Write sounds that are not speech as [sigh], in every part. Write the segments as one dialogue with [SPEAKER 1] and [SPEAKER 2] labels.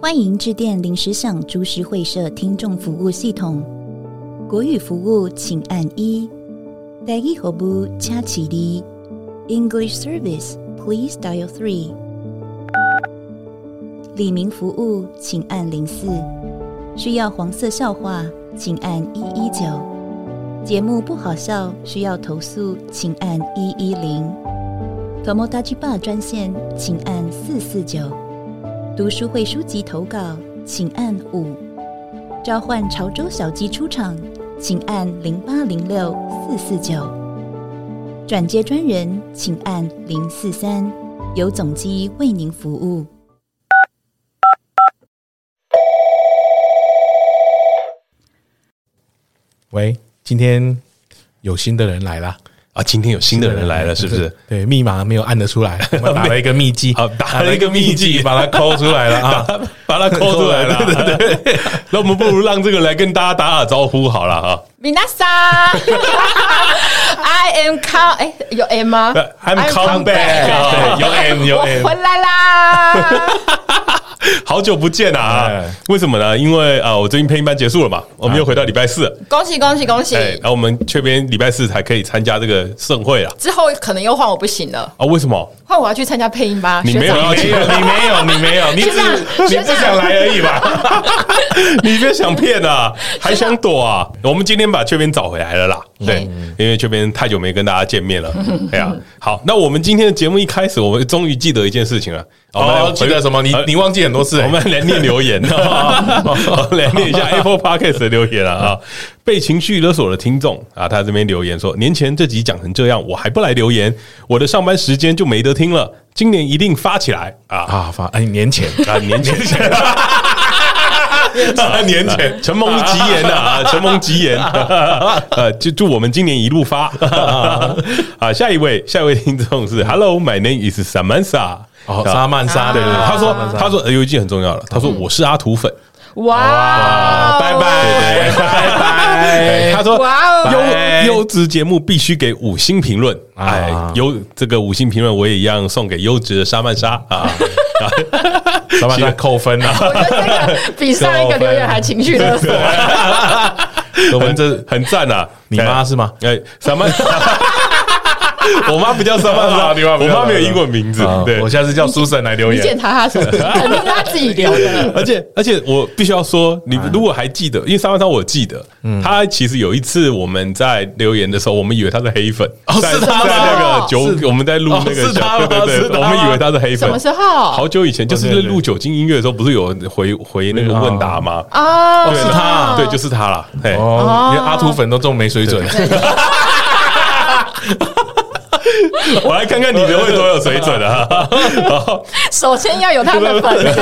[SPEAKER 1] 欢迎致电临时想株式会社听众服务系统，国语服务请按一，台语服务请起立，English service please dial three。李明服务请按零四，需要黄色笑话请按一一九，节目不好笑需要投诉请按一一零。Tomodachi Bar 专线，请按四四九；读书会书籍投稿，请按五；召唤潮州小鸡出场，请按零八零六四四九；转接专人，请按零四三。由总机为您服务。
[SPEAKER 2] 喂，今天有新的人来啦，
[SPEAKER 3] 啊，今天有新的人来了，是不是？？
[SPEAKER 2] 对，密码没有按得出
[SPEAKER 3] [laughs]
[SPEAKER 2] 来，我们打了一个秘籍，
[SPEAKER 3] 啊打了一个秘 [laughs] 籍
[SPEAKER 2] 把它抠出来了
[SPEAKER 3] [laughs]
[SPEAKER 2] 啊！
[SPEAKER 3] 把他抠出来
[SPEAKER 2] 抠出来
[SPEAKER 3] 了，对对 [laughs] 对。那我们不如让这个来跟大家打打招呼好了啊哈。
[SPEAKER 4] [laughs] Minasa，I am come，哎，有 M 吗
[SPEAKER 3] 呃 I'm come back，对有 M 有 M，
[SPEAKER 4] 我回来
[SPEAKER 3] [laughs]
[SPEAKER 4] 啦！
[SPEAKER 3] 好久不见啊
[SPEAKER 2] 哎！
[SPEAKER 3] 为什么呢？因为啊，我最近配音班结束了嘛，我们又回到礼拜四了。
[SPEAKER 4] 恭喜恭喜恭喜！
[SPEAKER 3] 哎，然后我们这边礼拜四才可以参加这个盛会啊。
[SPEAKER 4] 之后可能又换我不行了，
[SPEAKER 3] 啊，为什么？
[SPEAKER 4] 换我要去参加配音吧。
[SPEAKER 3] 你
[SPEAKER 4] 啊学
[SPEAKER 3] 没有
[SPEAKER 4] 长
[SPEAKER 3] 要
[SPEAKER 2] 没
[SPEAKER 3] 请
[SPEAKER 2] 有，你没有，你没有，你
[SPEAKER 4] 学长
[SPEAKER 2] 只
[SPEAKER 4] 学
[SPEAKER 2] 你
[SPEAKER 4] 长
[SPEAKER 2] 不想来而已吧？
[SPEAKER 4] [laughs]
[SPEAKER 3] 你别想骗啊，还想躲啊！我们今天把雀边找回来了啦，
[SPEAKER 4] 嗯
[SPEAKER 3] 对，因为雀边太久没跟大家见面了。哎
[SPEAKER 4] [laughs]
[SPEAKER 3] 呀，好，那我们今天的节目一开始，我们终于记得一件事情了。我们来
[SPEAKER 2] 哦，记
[SPEAKER 3] 回
[SPEAKER 2] 得什么？你
[SPEAKER 3] 呃
[SPEAKER 2] 你忘记很多次
[SPEAKER 3] 我，们来念留言，我们来念一下 Apple Podcast 的留言啊啊！被情绪勒索的听众啊，他这边留言说：年前这集讲成这样，我还不来留言，我的上班时间就没得听了。今年一定发起来啊！
[SPEAKER 2] 啊，发哎年前
[SPEAKER 3] 啊，年前前，啊， [laughs] [laughs] 年前，承蒙吉言呐，啊，承蒙吉言， [laughs] 呃，就祝我们今年一路发。 [laughs] 啊，下一位，下一位听众是 Hello，my name is Samantha。
[SPEAKER 2] 哦，
[SPEAKER 3] 啊
[SPEAKER 2] 沙曼莎
[SPEAKER 3] 对对对，他说
[SPEAKER 2] 啊
[SPEAKER 3] 他说呃有一句很重要了，他说我是阿土粉，
[SPEAKER 4] 哇
[SPEAKER 2] 啊，
[SPEAKER 4] 哦，
[SPEAKER 2] 拜拜拜
[SPEAKER 3] 哎
[SPEAKER 2] 拜，
[SPEAKER 3] 他说
[SPEAKER 4] 哇哦
[SPEAKER 2] 拜
[SPEAKER 3] 优优质节目必须给五星评论，
[SPEAKER 2] 哎啊
[SPEAKER 3] 哎，优这个五星评论我也一样送给优质的沙曼莎
[SPEAKER 2] [laughs]
[SPEAKER 3] 啊，
[SPEAKER 2] 沙曼莎扣分啊！
[SPEAKER 3] [laughs]
[SPEAKER 4] 我觉得这个比上一个留言还情绪勒索。
[SPEAKER 2] 我们
[SPEAKER 3] 很
[SPEAKER 2] 这
[SPEAKER 3] 很赞啊！
[SPEAKER 2] 你妈是吗？
[SPEAKER 3] 哎，三曼， [laughs] 我妈不叫三曼莎，
[SPEAKER 2] 啊你妈不
[SPEAKER 3] 我
[SPEAKER 2] 叫
[SPEAKER 3] 妈没有英文名字
[SPEAKER 2] 啊，
[SPEAKER 3] 对
[SPEAKER 2] 我。下次
[SPEAKER 3] [laughs]
[SPEAKER 2] 叫苏神来留
[SPEAKER 4] 你检
[SPEAKER 2] 言。
[SPEAKER 4] 查他什么？肯定他自己留的。
[SPEAKER 3] 而且而且，我必须要说，你
[SPEAKER 2] 嗯
[SPEAKER 3] 如果还记得，因为三曼莎我记得，她其实有一次我们在留言的时候，我们以为她是黑粉，
[SPEAKER 2] 哦
[SPEAKER 3] 在
[SPEAKER 2] 是她吗
[SPEAKER 3] 在那个
[SPEAKER 2] 是
[SPEAKER 3] 九，我们在录那
[SPEAKER 2] 哦
[SPEAKER 3] 个
[SPEAKER 2] 是她
[SPEAKER 3] 小
[SPEAKER 2] 吗
[SPEAKER 3] 对对
[SPEAKER 2] 是她
[SPEAKER 3] 对，
[SPEAKER 2] 吗
[SPEAKER 3] 我们以为她是黑
[SPEAKER 4] 什
[SPEAKER 3] 粉
[SPEAKER 4] 么。时候
[SPEAKER 3] 好久以前，就
[SPEAKER 2] 哦对
[SPEAKER 3] 是
[SPEAKER 2] 对
[SPEAKER 3] 录九金音乐的时候，不是有回回那个问答吗？
[SPEAKER 4] 啊？
[SPEAKER 3] 对
[SPEAKER 2] 哦是她
[SPEAKER 3] 对，就是她啦。嘿
[SPEAKER 2] 哦，连阿土粉都这么没水准，
[SPEAKER 3] [laughs] 我来看看你的会多有水准啊！ [laughs] 好
[SPEAKER 4] 首先要有他
[SPEAKER 3] [laughs]
[SPEAKER 4] 的粉。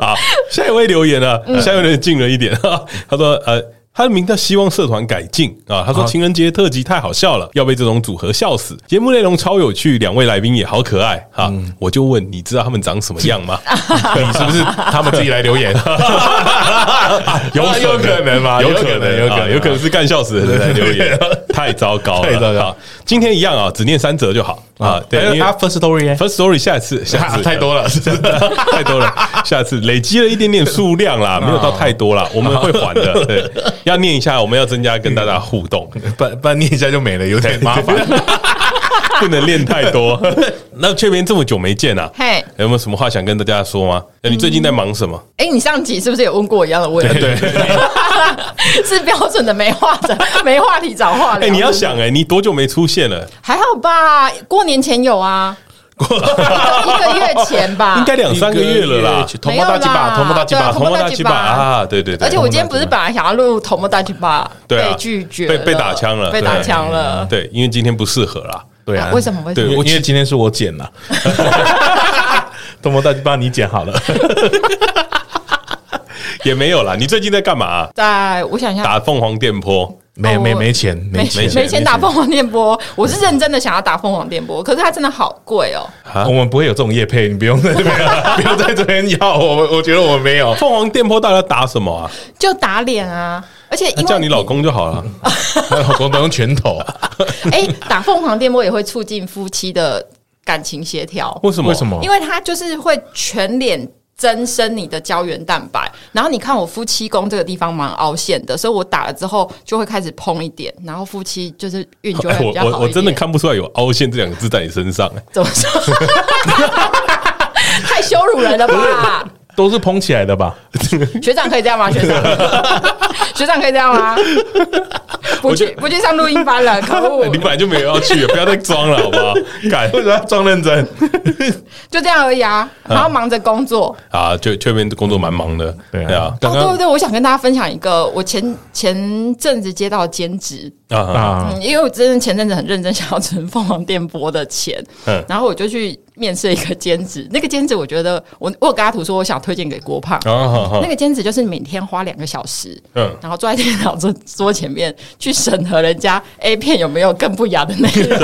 [SPEAKER 3] 好，下一位留言呢、
[SPEAKER 2] 嗯
[SPEAKER 3] 下一位留言近了一点， [laughs] 他说呃。他的名叫希望社团改进啊，他说
[SPEAKER 2] 啊
[SPEAKER 3] 情人节特辑太好笑了，要被这种组合笑死。节目内容超有趣，两位来宾也好可爱哈。
[SPEAKER 2] 嗯
[SPEAKER 3] 我就问，你知道他们长什么样吗？
[SPEAKER 2] 你是不是他们自己来留言？有可能吧
[SPEAKER 3] 啊
[SPEAKER 2] 有可能有
[SPEAKER 3] 有可能，
[SPEAKER 2] 可能
[SPEAKER 3] 啊有可能是干笑死的人在
[SPEAKER 2] [laughs]
[SPEAKER 3] 留言，太糟糕了。
[SPEAKER 2] 太糟糕
[SPEAKER 3] 好今天一样啊，只念三则就好 [laughs] 啊
[SPEAKER 2] 啊。，
[SPEAKER 3] 对，因为
[SPEAKER 2] 他 first story 耶
[SPEAKER 3] First Story
[SPEAKER 2] [laughs]
[SPEAKER 3] 下次，下
[SPEAKER 2] 啊
[SPEAKER 3] 次
[SPEAKER 2] 太多了，
[SPEAKER 3] [laughs] 太多了，下次累积了一点点数
[SPEAKER 2] [laughs]
[SPEAKER 3] 量啦，没有到太多
[SPEAKER 2] 啊
[SPEAKER 3] 啦，我们会还的。对，要念一下，我们要增加跟大家互动，
[SPEAKER 2] 不不然念一下就没了，有点麻烦。
[SPEAKER 3] 不能练太
[SPEAKER 2] [laughs]
[SPEAKER 3] 多。那雀边这么久没见啊，
[SPEAKER 4] 嘿，
[SPEAKER 3] 有没有什么话想跟大家说吗？呃你最近在忙什么？
[SPEAKER 4] 哎，你上集是不是有问过我一样的问题？
[SPEAKER 2] 对，
[SPEAKER 4] [laughs] 是标准的没话的，没话题找话聊。
[SPEAKER 3] 哎，你要想哎，你多久没出现了？
[SPEAKER 4] 还好吧？过年前有啊，一个月前吧，
[SPEAKER 3] [laughs] 应该两三个月了啦。
[SPEAKER 2] 头发大鸡
[SPEAKER 4] 没有
[SPEAKER 2] 巴，
[SPEAKER 4] 啦
[SPEAKER 2] 头发大鸡
[SPEAKER 4] 对
[SPEAKER 2] 巴
[SPEAKER 4] 啊，
[SPEAKER 3] 同胞大鸡巴啊，对对对，
[SPEAKER 4] 而且我今天不是本来想要录《头目大举吧》，
[SPEAKER 3] 对啊
[SPEAKER 4] 被拒绝
[SPEAKER 3] 被
[SPEAKER 4] 了，
[SPEAKER 3] 被打枪了
[SPEAKER 4] 被打枪了。
[SPEAKER 3] [laughs] 对，因为今天不适合啦。
[SPEAKER 2] 对啊
[SPEAKER 4] 啊，为什么？为什
[SPEAKER 2] 对，
[SPEAKER 4] 么？
[SPEAKER 2] 因为今天是我剪了，头发大鸡巴你剪好了，
[SPEAKER 3] 也没有啦，你最近在干嘛啊、
[SPEAKER 4] 在我想一下，
[SPEAKER 3] 打凤凰电波，
[SPEAKER 2] 没
[SPEAKER 4] 哦
[SPEAKER 2] 没
[SPEAKER 4] 我
[SPEAKER 2] 没钱，没
[SPEAKER 3] 没
[SPEAKER 2] 钱。
[SPEAKER 3] 钱
[SPEAKER 4] 没钱打凤凰电波，我是认真的想要打凤凰电波，可是它真的好贵哦。
[SPEAKER 2] 我们不会有这种业配，你不用在这边，不用在这边要我们。我觉得我们没有，
[SPEAKER 3] 凤凰电波大家打什么啊？
[SPEAKER 4] 就打脸啊！而且因为
[SPEAKER 3] 叫你老公就好了。
[SPEAKER 2] 老公都用拳头，
[SPEAKER 4] 哎、打凤凰电波也会促进夫妻的感情协调，
[SPEAKER 3] 为什么？
[SPEAKER 2] 为什？么
[SPEAKER 4] 因？为它就是会全脸增生你的胶原蛋白。然后你看我夫妻宫这个地方蛮凹陷的，所以我打了之后就会开始嘭一点，然后夫妻就是运就
[SPEAKER 3] 哎
[SPEAKER 4] 会
[SPEAKER 3] 我
[SPEAKER 4] 比较好一点。
[SPEAKER 3] 我我真的看不出来有凹陷这两个字在你身上、哎
[SPEAKER 4] 怎么说？太羞辱人了吧！
[SPEAKER 2] 都是蓬起来的吧？
[SPEAKER 4] 学长可以这样吗？学长，学长可以这
[SPEAKER 3] [laughs]
[SPEAKER 4] 样吗？不去不去上录音班了，可恶！
[SPEAKER 3] 哎你本来就没有要去，不要再装了，
[SPEAKER 2] [laughs]
[SPEAKER 3] 好不好？改
[SPEAKER 2] 为什么要装认真？
[SPEAKER 4] 就这样而已啊。然后忙着工作，
[SPEAKER 3] 啊，就这边工作蛮忙的，
[SPEAKER 2] 对啊
[SPEAKER 3] 啊，刚
[SPEAKER 4] 哦，对
[SPEAKER 3] 刚
[SPEAKER 4] 对对，我想跟大家分享一个我前前阵子接到的兼职，
[SPEAKER 3] 啊，
[SPEAKER 2] 啊，
[SPEAKER 4] 嗯，因为我真的前阵子很认真想要存凤凰电波的钱，
[SPEAKER 3] 嗯
[SPEAKER 4] 然后我就去面试一个兼职，那个兼职我觉得我我有跟阿图说我想推荐给郭
[SPEAKER 2] 哦
[SPEAKER 4] 胖。
[SPEAKER 3] 啊好好
[SPEAKER 4] 那，个兼职就是每天花两个小时，
[SPEAKER 3] 嗯，
[SPEAKER 4] 然后坐在电脑桌桌前面去审核人家 A 片有没有更不雅的内
[SPEAKER 2] [laughs]
[SPEAKER 4] 容。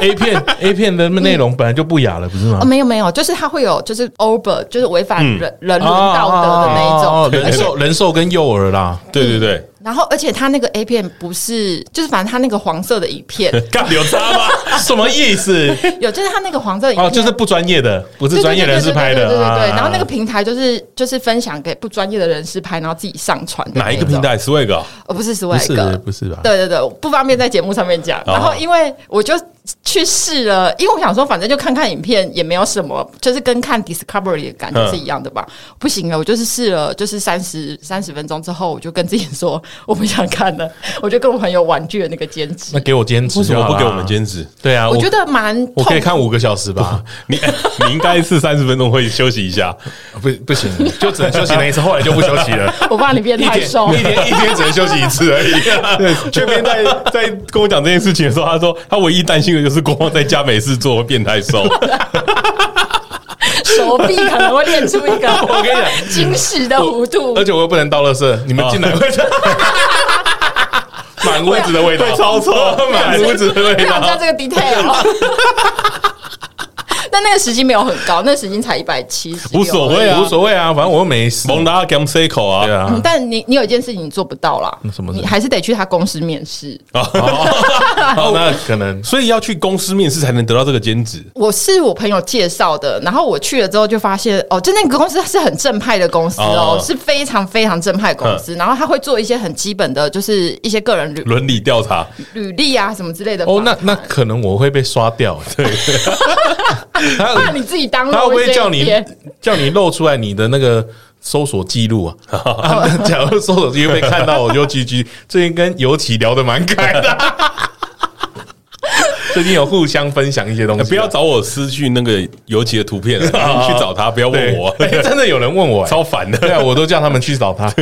[SPEAKER 2] A 片 A 片的内容本来就不雅了，不是吗
[SPEAKER 4] 哦，？没有没有，就是他会有就是 over，就是违反人、人伦道德的那一种。
[SPEAKER 2] 嗯哦哦哦人兽人兽跟幼儿啦，
[SPEAKER 3] 对对对，
[SPEAKER 4] 然后，而且他那个 A 片不是，就是反正他那个黄色的影
[SPEAKER 2] [laughs]
[SPEAKER 4] 片，
[SPEAKER 3] 干有差吗？
[SPEAKER 2] 什么意思？
[SPEAKER 4] 有就是哎他那个黄色的影片，
[SPEAKER 2] 哦，就是不专业的，不是
[SPEAKER 4] 对
[SPEAKER 2] 专业人士拍的，
[SPEAKER 4] 对对对对对对对
[SPEAKER 2] 啊
[SPEAKER 4] 然后那个平台就是就是分享给不专业的人士拍，然后自己上传。
[SPEAKER 3] 哪一个平？台？Swag 啊
[SPEAKER 4] 呃，不是
[SPEAKER 2] 不
[SPEAKER 4] Swag，
[SPEAKER 2] 是不是吧？
[SPEAKER 4] 对对对，我不方便在节目上面讲。
[SPEAKER 3] 哦
[SPEAKER 4] 然后因为我就去试了，因为我想说，反正就看看影片也没有什么，就是跟看 Discovery 的感觉是一样的吧。不行了，我就是试了，就是三十三十分钟之后，我就跟自己说我不想看了，我就跟我朋友婉拒了那个兼职
[SPEAKER 2] 那。给我兼职，
[SPEAKER 3] 为什么不给我们？兼职？
[SPEAKER 2] 对啊，
[SPEAKER 4] 我觉得蛮
[SPEAKER 2] 我可以
[SPEAKER 4] 痛苦
[SPEAKER 2] 看五个小时吧，
[SPEAKER 3] 你 [laughs] 你应该是三十分钟会休息一下，
[SPEAKER 2] 不不行，就只能休息那 [laughs] 一次，后来就不休息了。
[SPEAKER 4] 我怕你变
[SPEAKER 2] 一
[SPEAKER 4] 太
[SPEAKER 2] 天 [laughs]
[SPEAKER 4] 瘦
[SPEAKER 2] 一。天一天只能休息一次
[SPEAKER 3] [laughs]
[SPEAKER 2] 而已。
[SPEAKER 3] 这边在在跟我讲这件事情的时候，他说他唯一担心的就是国王在家没事做会变太
[SPEAKER 4] [laughs]
[SPEAKER 3] 瘦。
[SPEAKER 4] 手臂可能会练出一个
[SPEAKER 2] [laughs] 我跟你讲
[SPEAKER 4] 惊喜的弧度
[SPEAKER 2] 而。且我又不能倒垃圾，你们进来会满屋子的味道，
[SPEAKER 3] 会超 [laughs] 臭
[SPEAKER 2] 满屋子的味
[SPEAKER 4] 不想知道 [laughs]
[SPEAKER 2] 道。
[SPEAKER 4] 这个 detail。但那个时薪没有很高，那时薪才一百七十，
[SPEAKER 3] 无所谓啊
[SPEAKER 2] 无所谓啊，反正我又没事。
[SPEAKER 3] 蒙达 Gam C 口
[SPEAKER 2] 对
[SPEAKER 3] 啊，
[SPEAKER 2] 啊
[SPEAKER 4] 嗯。， [laughs] 但你你有一件事情你做不到啦，
[SPEAKER 2] 什么事
[SPEAKER 4] 你还是得去他公司面试。
[SPEAKER 2] 好，哦那可
[SPEAKER 3] [laughs]
[SPEAKER 2] 能
[SPEAKER 3] 所以要去公司面试才能得到这个兼职。
[SPEAKER 4] 我是我朋友介绍的，然后我去了之后就发现，哦，就那个公司它是很正派的公司哦，
[SPEAKER 3] 哦
[SPEAKER 4] 是非常非常正派的公
[SPEAKER 2] 嗯
[SPEAKER 4] 司。然后他会做一些很基本的，就是一些个人履
[SPEAKER 3] 伦理调查，
[SPEAKER 4] 履历啊什么之类的。
[SPEAKER 2] 哦，那那可能我会被刷掉。 [laughs] 对，他
[SPEAKER 4] 怕你自己当
[SPEAKER 2] 他会不会叫你
[SPEAKER 4] 漏一些一些
[SPEAKER 2] 叫你露出来你的那个搜索记录啊？ [laughs] 啊那假如搜索记录被看到，我就 GG。最近跟尤其聊得蛮开的， [laughs] 最近有互相分享一些东西啊、
[SPEAKER 3] 不要找我私去那个尤其的图片，
[SPEAKER 2] [laughs]
[SPEAKER 3] 你去找他，不要问
[SPEAKER 2] 对
[SPEAKER 3] 我，
[SPEAKER 2] [laughs] 哎真的有人问我、哎
[SPEAKER 3] 超烦的。 [laughs]
[SPEAKER 2] 对啊，我都叫他们去找他。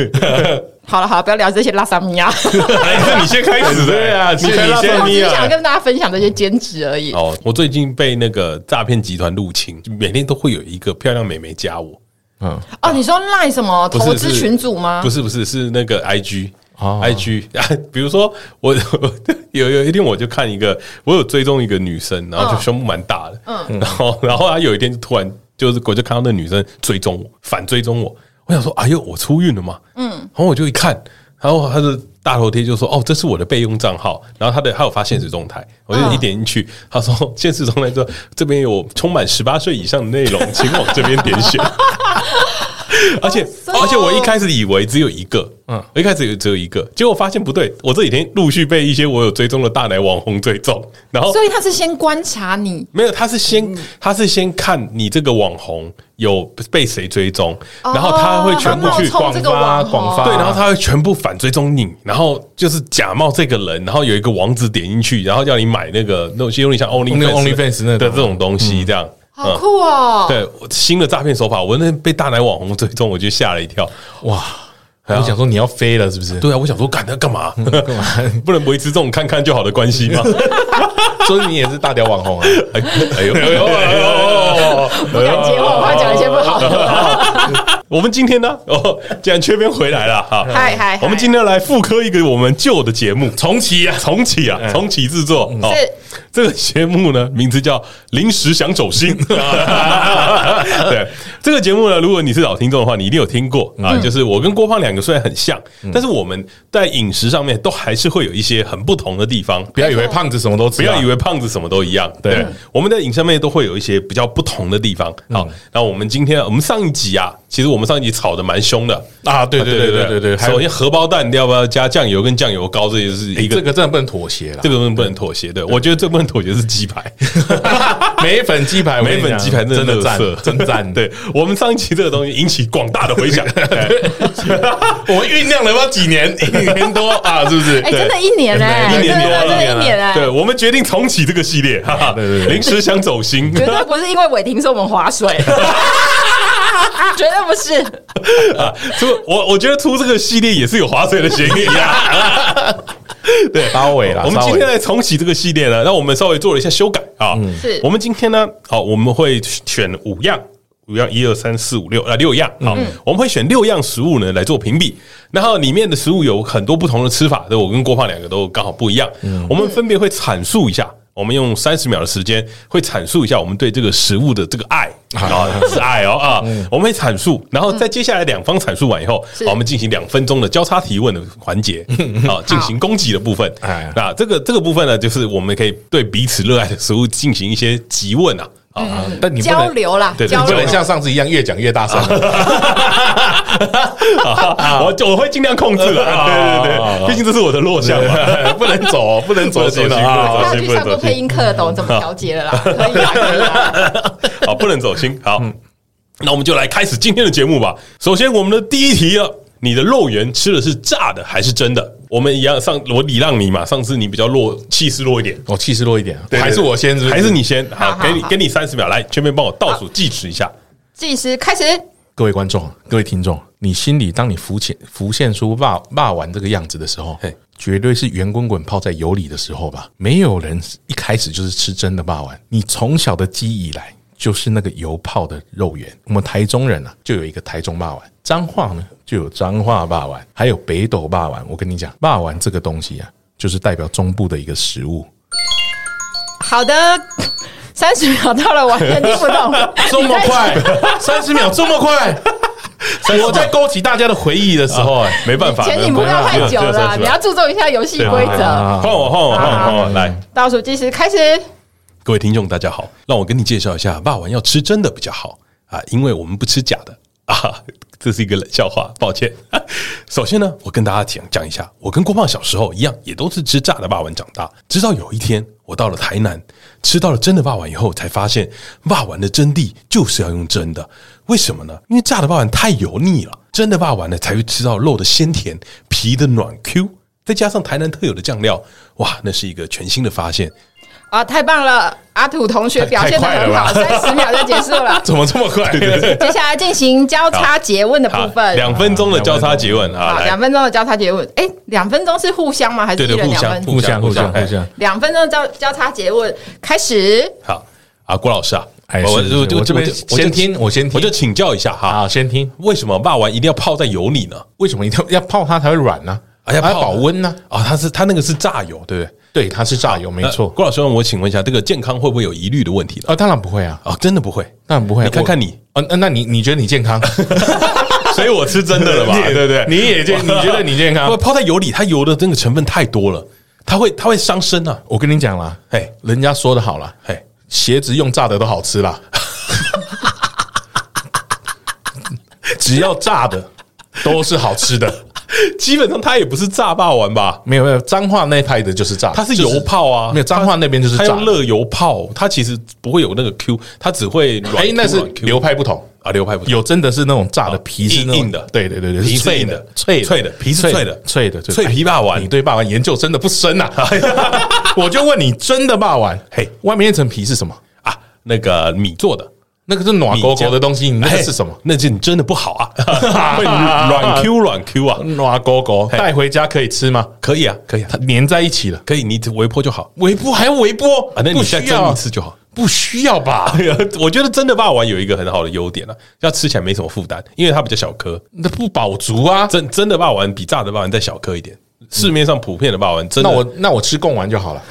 [SPEAKER 4] 好了好了，不要聊这些拉萨米亚。
[SPEAKER 3] 还哎是你先开始的，
[SPEAKER 2] 对啊
[SPEAKER 3] [laughs] 你
[SPEAKER 2] 是你
[SPEAKER 3] 先你
[SPEAKER 2] 先
[SPEAKER 4] 啊我
[SPEAKER 3] 先
[SPEAKER 4] 只
[SPEAKER 3] 你
[SPEAKER 4] 是想
[SPEAKER 3] 啊。
[SPEAKER 4] 跟大家分享这些兼职而已。
[SPEAKER 3] 哦，我最近被那个诈骗集团入侵，每天都会有一个漂亮美眉加我，
[SPEAKER 2] 嗯，
[SPEAKER 4] 哦，你说赖什么
[SPEAKER 3] 不是
[SPEAKER 4] 投资
[SPEAKER 3] 是
[SPEAKER 4] 群组吗？
[SPEAKER 3] 不是不是是那个 I G
[SPEAKER 2] 哦
[SPEAKER 3] I G [laughs] 啊，比如说我 [laughs] 我有有一天我就看一个，我有追踪一个女生，然后就
[SPEAKER 4] 嗯
[SPEAKER 3] 胸部蛮大的，嗯，然后然后她有一天就突然就是我就看到那女生追踪我，反追踪我，我想说哎呦我出运了嘛，嗯，然后我就一看，然后她的大头贴就说哦这是我的备用账号，然后她的她有发现实动态，我就一点进去，她说现实动态说这边有充满十八岁以上的内容，请往这边点选。而且
[SPEAKER 4] 哦
[SPEAKER 3] 而且我一开始以为只有一个，嗯
[SPEAKER 2] 嗯，
[SPEAKER 3] 我一开始以为只有一个，结果发现不对，我这几天陆续被一些我有追踪的大奶网红追踪，然后
[SPEAKER 4] 所以嗯他是先观察你，
[SPEAKER 3] 没有，他是先他是先看你这个网红有被谁追踪，然后他会全部去
[SPEAKER 4] 哦他冒充这个网红
[SPEAKER 2] 广发广发
[SPEAKER 3] 对，然后他会全部反追踪你，然后就是假冒这个人，然后有一个网址点进去，然后叫你买那个那种有点像 Only
[SPEAKER 2] 那个 OnlyFans 那种嗯
[SPEAKER 3] 的这种东西，这样。嗯
[SPEAKER 4] 好酷哦！
[SPEAKER 3] 对，新的诈骗手法，我那被大奶网红追踪，我就吓了一跳。
[SPEAKER 2] 哇，我想说你要飞了是不是？
[SPEAKER 3] 对啊，我想说，干他干嘛？
[SPEAKER 2] 干嘛？ [laughs]
[SPEAKER 3] 不能维持这种看看就好的关系 [laughs] 吗？
[SPEAKER 2] 所以你也是大屌网红啊？
[SPEAKER 3] 哎哎呦哎呦哎呦！
[SPEAKER 4] 不敢接话，我怕讲一些不好的。
[SPEAKER 3] 我们今天呢，哦，既然缺边回来了哈，
[SPEAKER 4] 嗨嗨嗨
[SPEAKER 3] 我们今天来复刻一个我们旧的节目，重启啊，重启啊，重启制作。哦
[SPEAKER 4] 是
[SPEAKER 3] [laughs] 这个节目呢，名字叫《临时想走心》。对，这个节目呢，如果你是老听众的话，你一定有听过啊。就是我跟郭胖两个虽然很像，但是我们在饮食上面都还是会有一些很不同的地方。
[SPEAKER 2] 不要以为胖子什么都
[SPEAKER 3] 不
[SPEAKER 2] 吃啊，嗯
[SPEAKER 3] 要以为胖子什么都一样，对，我们在影上面都会有一些比较不同的地方。好，那我们今天我们上一集啊，其实我们上一集吵得蛮凶的，
[SPEAKER 2] 啊，对对对对对对，还有
[SPEAKER 3] 首先荷包蛋要不要加酱油跟酱油膏，这也是一
[SPEAKER 2] 哎
[SPEAKER 3] 个
[SPEAKER 2] 这个真的不能妥协 [laughs] 了
[SPEAKER 3] 这。个东西不能妥协的。我觉得最不能妥协是鸡排，
[SPEAKER 2] 梅粉鸡排，我跟
[SPEAKER 3] 每
[SPEAKER 2] 你
[SPEAKER 3] 粉
[SPEAKER 2] 讲
[SPEAKER 3] 鸡排
[SPEAKER 2] 真的
[SPEAKER 3] 的垃
[SPEAKER 2] 赞
[SPEAKER 3] 圾，
[SPEAKER 2] 真 [laughs] 赞。
[SPEAKER 3] 对我们上一期这个东西引起广大的
[SPEAKER 2] [laughs]
[SPEAKER 3] 回响， [laughs]
[SPEAKER 2] 我们酝酿了不知道几 [laughs] 年，一年多啊，是不是？
[SPEAKER 4] 哎、真的，一年呢、
[SPEAKER 3] 一年多
[SPEAKER 4] 真的真的一年哎、
[SPEAKER 3] 对我们决定重启这个系列，哈哈，
[SPEAKER 2] 对对对
[SPEAKER 3] 临时想走心，
[SPEAKER 4] 绝对不是因为伟霆说我们
[SPEAKER 3] [laughs]
[SPEAKER 4] 划水，绝对不是。
[SPEAKER 3] 啊，出我我觉得出这个系列也是有划水的嫌疑啊。 [laughs] 对，
[SPEAKER 2] 稍微啦
[SPEAKER 3] 我们
[SPEAKER 2] 稍微
[SPEAKER 3] 今天来重启这个系列呢，那我们稍微做了一下修改啊。
[SPEAKER 2] 嗯
[SPEAKER 4] 是
[SPEAKER 3] 我们今天呢，好，我们会选五样。五样，一二三四五六啊，六样好，我们会选六样食物呢来做评比，然后里面的食物有很多不同的吃法，对我跟郭胖两个都刚好不一样，我们分别会阐述一下，我们用三十秒的时间会阐述一下我们对这个食物的这个爱啊，是爱哦啊，我们会阐述，然后在接下来两方阐述完以后，
[SPEAKER 4] 是
[SPEAKER 3] 好我们进行两分钟的交叉提问的环节，好，进行攻击的部分
[SPEAKER 2] 哎，
[SPEAKER 3] 那这个这个部分呢，就是我们可以对彼此热爱的食物进行一些提问啊。啊，
[SPEAKER 4] 嗯
[SPEAKER 2] 但你不
[SPEAKER 4] 交
[SPEAKER 2] 能，
[SPEAKER 4] 流啦，
[SPEAKER 3] 对对
[SPEAKER 4] 交
[SPEAKER 2] 你不
[SPEAKER 4] 流
[SPEAKER 2] 能像上次一样越讲越 [laughs] 大声。
[SPEAKER 3] 啊我我会尽量控制的，啊
[SPEAKER 2] 啊
[SPEAKER 3] [laughs] 对对对，毕竟这是我的弱项嘛。
[SPEAKER 2] 对不
[SPEAKER 3] [laughs]
[SPEAKER 2] 能走哦，不能走心了
[SPEAKER 3] 不能走心不能走
[SPEAKER 2] 啊！
[SPEAKER 4] 他去上过配音课，懂怎么调节了啦，可以啦，可以啊啦。
[SPEAKER 3] [laughs] 好，啊不能走心。好，那我们就来开始今天的节目吧。首先，我们的第一题了，你的肉圆吃的是炸的还是真的？我们一样上，我礼让你嘛。上次你比较弱，气势弱一点，
[SPEAKER 2] 我气势弱一点，啊
[SPEAKER 3] 对对对
[SPEAKER 2] 还是我先，是不
[SPEAKER 3] 还是你？先？好，
[SPEAKER 4] 好好
[SPEAKER 3] 给你
[SPEAKER 4] 好
[SPEAKER 3] 给你三十秒，来，全面帮我倒数计时一下。
[SPEAKER 4] 计时开始，
[SPEAKER 2] 各位观众，各位听众，你心里当你浮现浮现出霸霸王这个样子的时候
[SPEAKER 3] 嘿，
[SPEAKER 2] 绝对是圆滚滚泡在油里的时候吧？没有人一开始就是吃真的霸王，你从小的记忆以来就是那个油泡的肉圆。我们台中人啊，就有一个台中霸王，彰化呢就有彰化霸王，还有北斗霸王。我跟你讲，霸王这个东西啊，就是代表中部的一个食物。
[SPEAKER 4] 好的，三十秒到了，完全听不懂。
[SPEAKER 2] [laughs] 这么
[SPEAKER 3] [laughs]
[SPEAKER 2] 快，三十秒这么快，我在勾起大家的回忆的时候，
[SPEAKER 3] 哦，没办法，
[SPEAKER 4] 前你
[SPEAKER 3] 没
[SPEAKER 4] 不
[SPEAKER 3] 办
[SPEAKER 4] 要
[SPEAKER 3] 法
[SPEAKER 4] 太久
[SPEAKER 3] 只有啊
[SPEAKER 4] 了，
[SPEAKER 3] 30
[SPEAKER 4] 你
[SPEAKER 3] 秒
[SPEAKER 4] 要注重一下游戏规则。
[SPEAKER 3] 换我，换我，换我，换
[SPEAKER 2] 哦
[SPEAKER 3] 我，来。
[SPEAKER 4] 倒数计时开始，
[SPEAKER 3] 各位听众，大家好，让我跟你介绍一下，霸王要吃真的比较好啊，因为我们不吃假的啊。这是一个冷笑话，抱歉。 [laughs] 首先呢，我跟大家讲讲一下，我跟郭胖小时候一样，也都是吃炸的霸王长大。直到有一天，我到了台南，吃到了真的霸王以后，才发现霸王的真谛就是要用真的。为什么呢？因为炸的霸王太油腻了，真的霸王呢才会吃到肉的鲜甜，皮的软 Q，再加上台南特有的酱料，哇，那是一个全新的发现。
[SPEAKER 4] 啊，太棒了！阿土同学表现的很好，三十秒就结束
[SPEAKER 3] [laughs]
[SPEAKER 4] 了。
[SPEAKER 3] 怎么这么快？
[SPEAKER 4] 接下来进行交叉诘问的部
[SPEAKER 3] 好，
[SPEAKER 4] 分，
[SPEAKER 3] 两分钟的交叉结问啊，
[SPEAKER 4] 好，
[SPEAKER 3] 来
[SPEAKER 4] 两，分钟的交叉诘问。哎，两分钟是互相吗？还是
[SPEAKER 3] 对对，
[SPEAKER 4] 一人
[SPEAKER 3] 互
[SPEAKER 4] 两
[SPEAKER 3] 相
[SPEAKER 4] 分钟？
[SPEAKER 2] [laughs] 互相互相
[SPEAKER 3] 哎
[SPEAKER 2] 互相。
[SPEAKER 4] 两分钟的交交叉诘问开始。
[SPEAKER 3] 好啊，郭老师啊，
[SPEAKER 2] 哎
[SPEAKER 3] 我
[SPEAKER 2] 是是是我这边先听我先听
[SPEAKER 3] 我就请教一下哈，
[SPEAKER 2] 好，先听，
[SPEAKER 3] 为什么霸王一定要泡在油里呢？
[SPEAKER 2] 为什么一定要要泡它才会软呢？
[SPEAKER 3] 啊
[SPEAKER 2] 还
[SPEAKER 3] 要
[SPEAKER 2] 要
[SPEAKER 3] 泡
[SPEAKER 2] 哎保温呢？
[SPEAKER 3] 啊，它是它那个是榨油，对不对？
[SPEAKER 2] 对，它是榨油，没
[SPEAKER 3] 那
[SPEAKER 2] 错。
[SPEAKER 3] 郭老师，我请问一下，这个健康会不会有疑虑的问题呢？
[SPEAKER 2] 啊，当然不会啊，
[SPEAKER 3] 哦，真的不会，
[SPEAKER 2] 当然不会啊。
[SPEAKER 3] 你看看
[SPEAKER 2] 我
[SPEAKER 3] 你，
[SPEAKER 2] 啊，那那你你觉得你健康？
[SPEAKER 3] [laughs] 所以我吃真的了
[SPEAKER 2] [laughs]
[SPEAKER 3] 吧？
[SPEAKER 2] 你也
[SPEAKER 3] 对不对？
[SPEAKER 2] 你也健你觉得你健康
[SPEAKER 3] 不 [laughs] 泡在油里，它油的那个成分太多了，它会它会伤身啊。
[SPEAKER 2] 我跟你讲啦，
[SPEAKER 3] 嘿，
[SPEAKER 2] 人家说的好啦，
[SPEAKER 3] 嘿，
[SPEAKER 2] 鞋子用炸的都好吃啦， [laughs] 只要炸的都是好
[SPEAKER 3] [laughs]
[SPEAKER 2] 吃的。
[SPEAKER 3] 基本上它也不是炸霸王吧？
[SPEAKER 2] 没有没有，彰化那一派的就是炸的，
[SPEAKER 3] 它是
[SPEAKER 2] 就
[SPEAKER 3] 油泡啊，
[SPEAKER 2] 没有彰化那边就是
[SPEAKER 3] 它
[SPEAKER 2] 炸
[SPEAKER 3] 用
[SPEAKER 2] 的。
[SPEAKER 3] 热油泡，它其实不会有那个 Q，它只会软 Q
[SPEAKER 2] 哎，那是
[SPEAKER 3] 软 Q
[SPEAKER 2] 流派不同，
[SPEAKER 3] 啊流派不同
[SPEAKER 2] 有真的是那种炸的皮是那种
[SPEAKER 3] 哦硬硬的
[SPEAKER 2] 对对对对，
[SPEAKER 3] 皮是
[SPEAKER 2] 脆
[SPEAKER 3] 硬
[SPEAKER 2] 的
[SPEAKER 3] 的，
[SPEAKER 2] 脆
[SPEAKER 3] 脆的皮是脆的
[SPEAKER 2] 脆的哎
[SPEAKER 3] 脆皮霸王
[SPEAKER 2] 你对霸王研究真的不深
[SPEAKER 3] [laughs]
[SPEAKER 2] 呐！我就问你，真的霸王，
[SPEAKER 3] 嘿
[SPEAKER 2] 嘿，外面那层皮是什么？
[SPEAKER 3] 啊，那个米做的，
[SPEAKER 2] 那个是暖
[SPEAKER 3] 米
[SPEAKER 2] 勾
[SPEAKER 3] 浆
[SPEAKER 2] 勾的东西，你那
[SPEAKER 3] 哎
[SPEAKER 2] 个是什么？？
[SPEAKER 3] 那就你真的不好
[SPEAKER 2] [laughs]
[SPEAKER 3] 啊，会软 Q 软 Q 啊，
[SPEAKER 2] 暖勾勾，
[SPEAKER 3] 嘿
[SPEAKER 2] 带回家可以吃吗？
[SPEAKER 3] 可以啊，可以啊，
[SPEAKER 2] 它粘在一起了，
[SPEAKER 3] 可以，你微波就好
[SPEAKER 2] 微波还要微波
[SPEAKER 3] 啊，那你
[SPEAKER 2] 不
[SPEAKER 3] 现在
[SPEAKER 2] 需
[SPEAKER 3] 蒸
[SPEAKER 2] 要
[SPEAKER 3] 一次就好。
[SPEAKER 2] 不需要吧？
[SPEAKER 3] 哎呀， [laughs] 我觉得真的霸王有一个很好的优点啊，要吃起来没什么负担，因为它比较小颗。
[SPEAKER 2] 那不饱足啊！
[SPEAKER 3] 真真的霸王比炸的霸王再小颗一点，市面上普遍的霸王丸，真
[SPEAKER 2] 那
[SPEAKER 3] 的
[SPEAKER 2] 我那我吃贡丸就好
[SPEAKER 3] [laughs]
[SPEAKER 2] 了。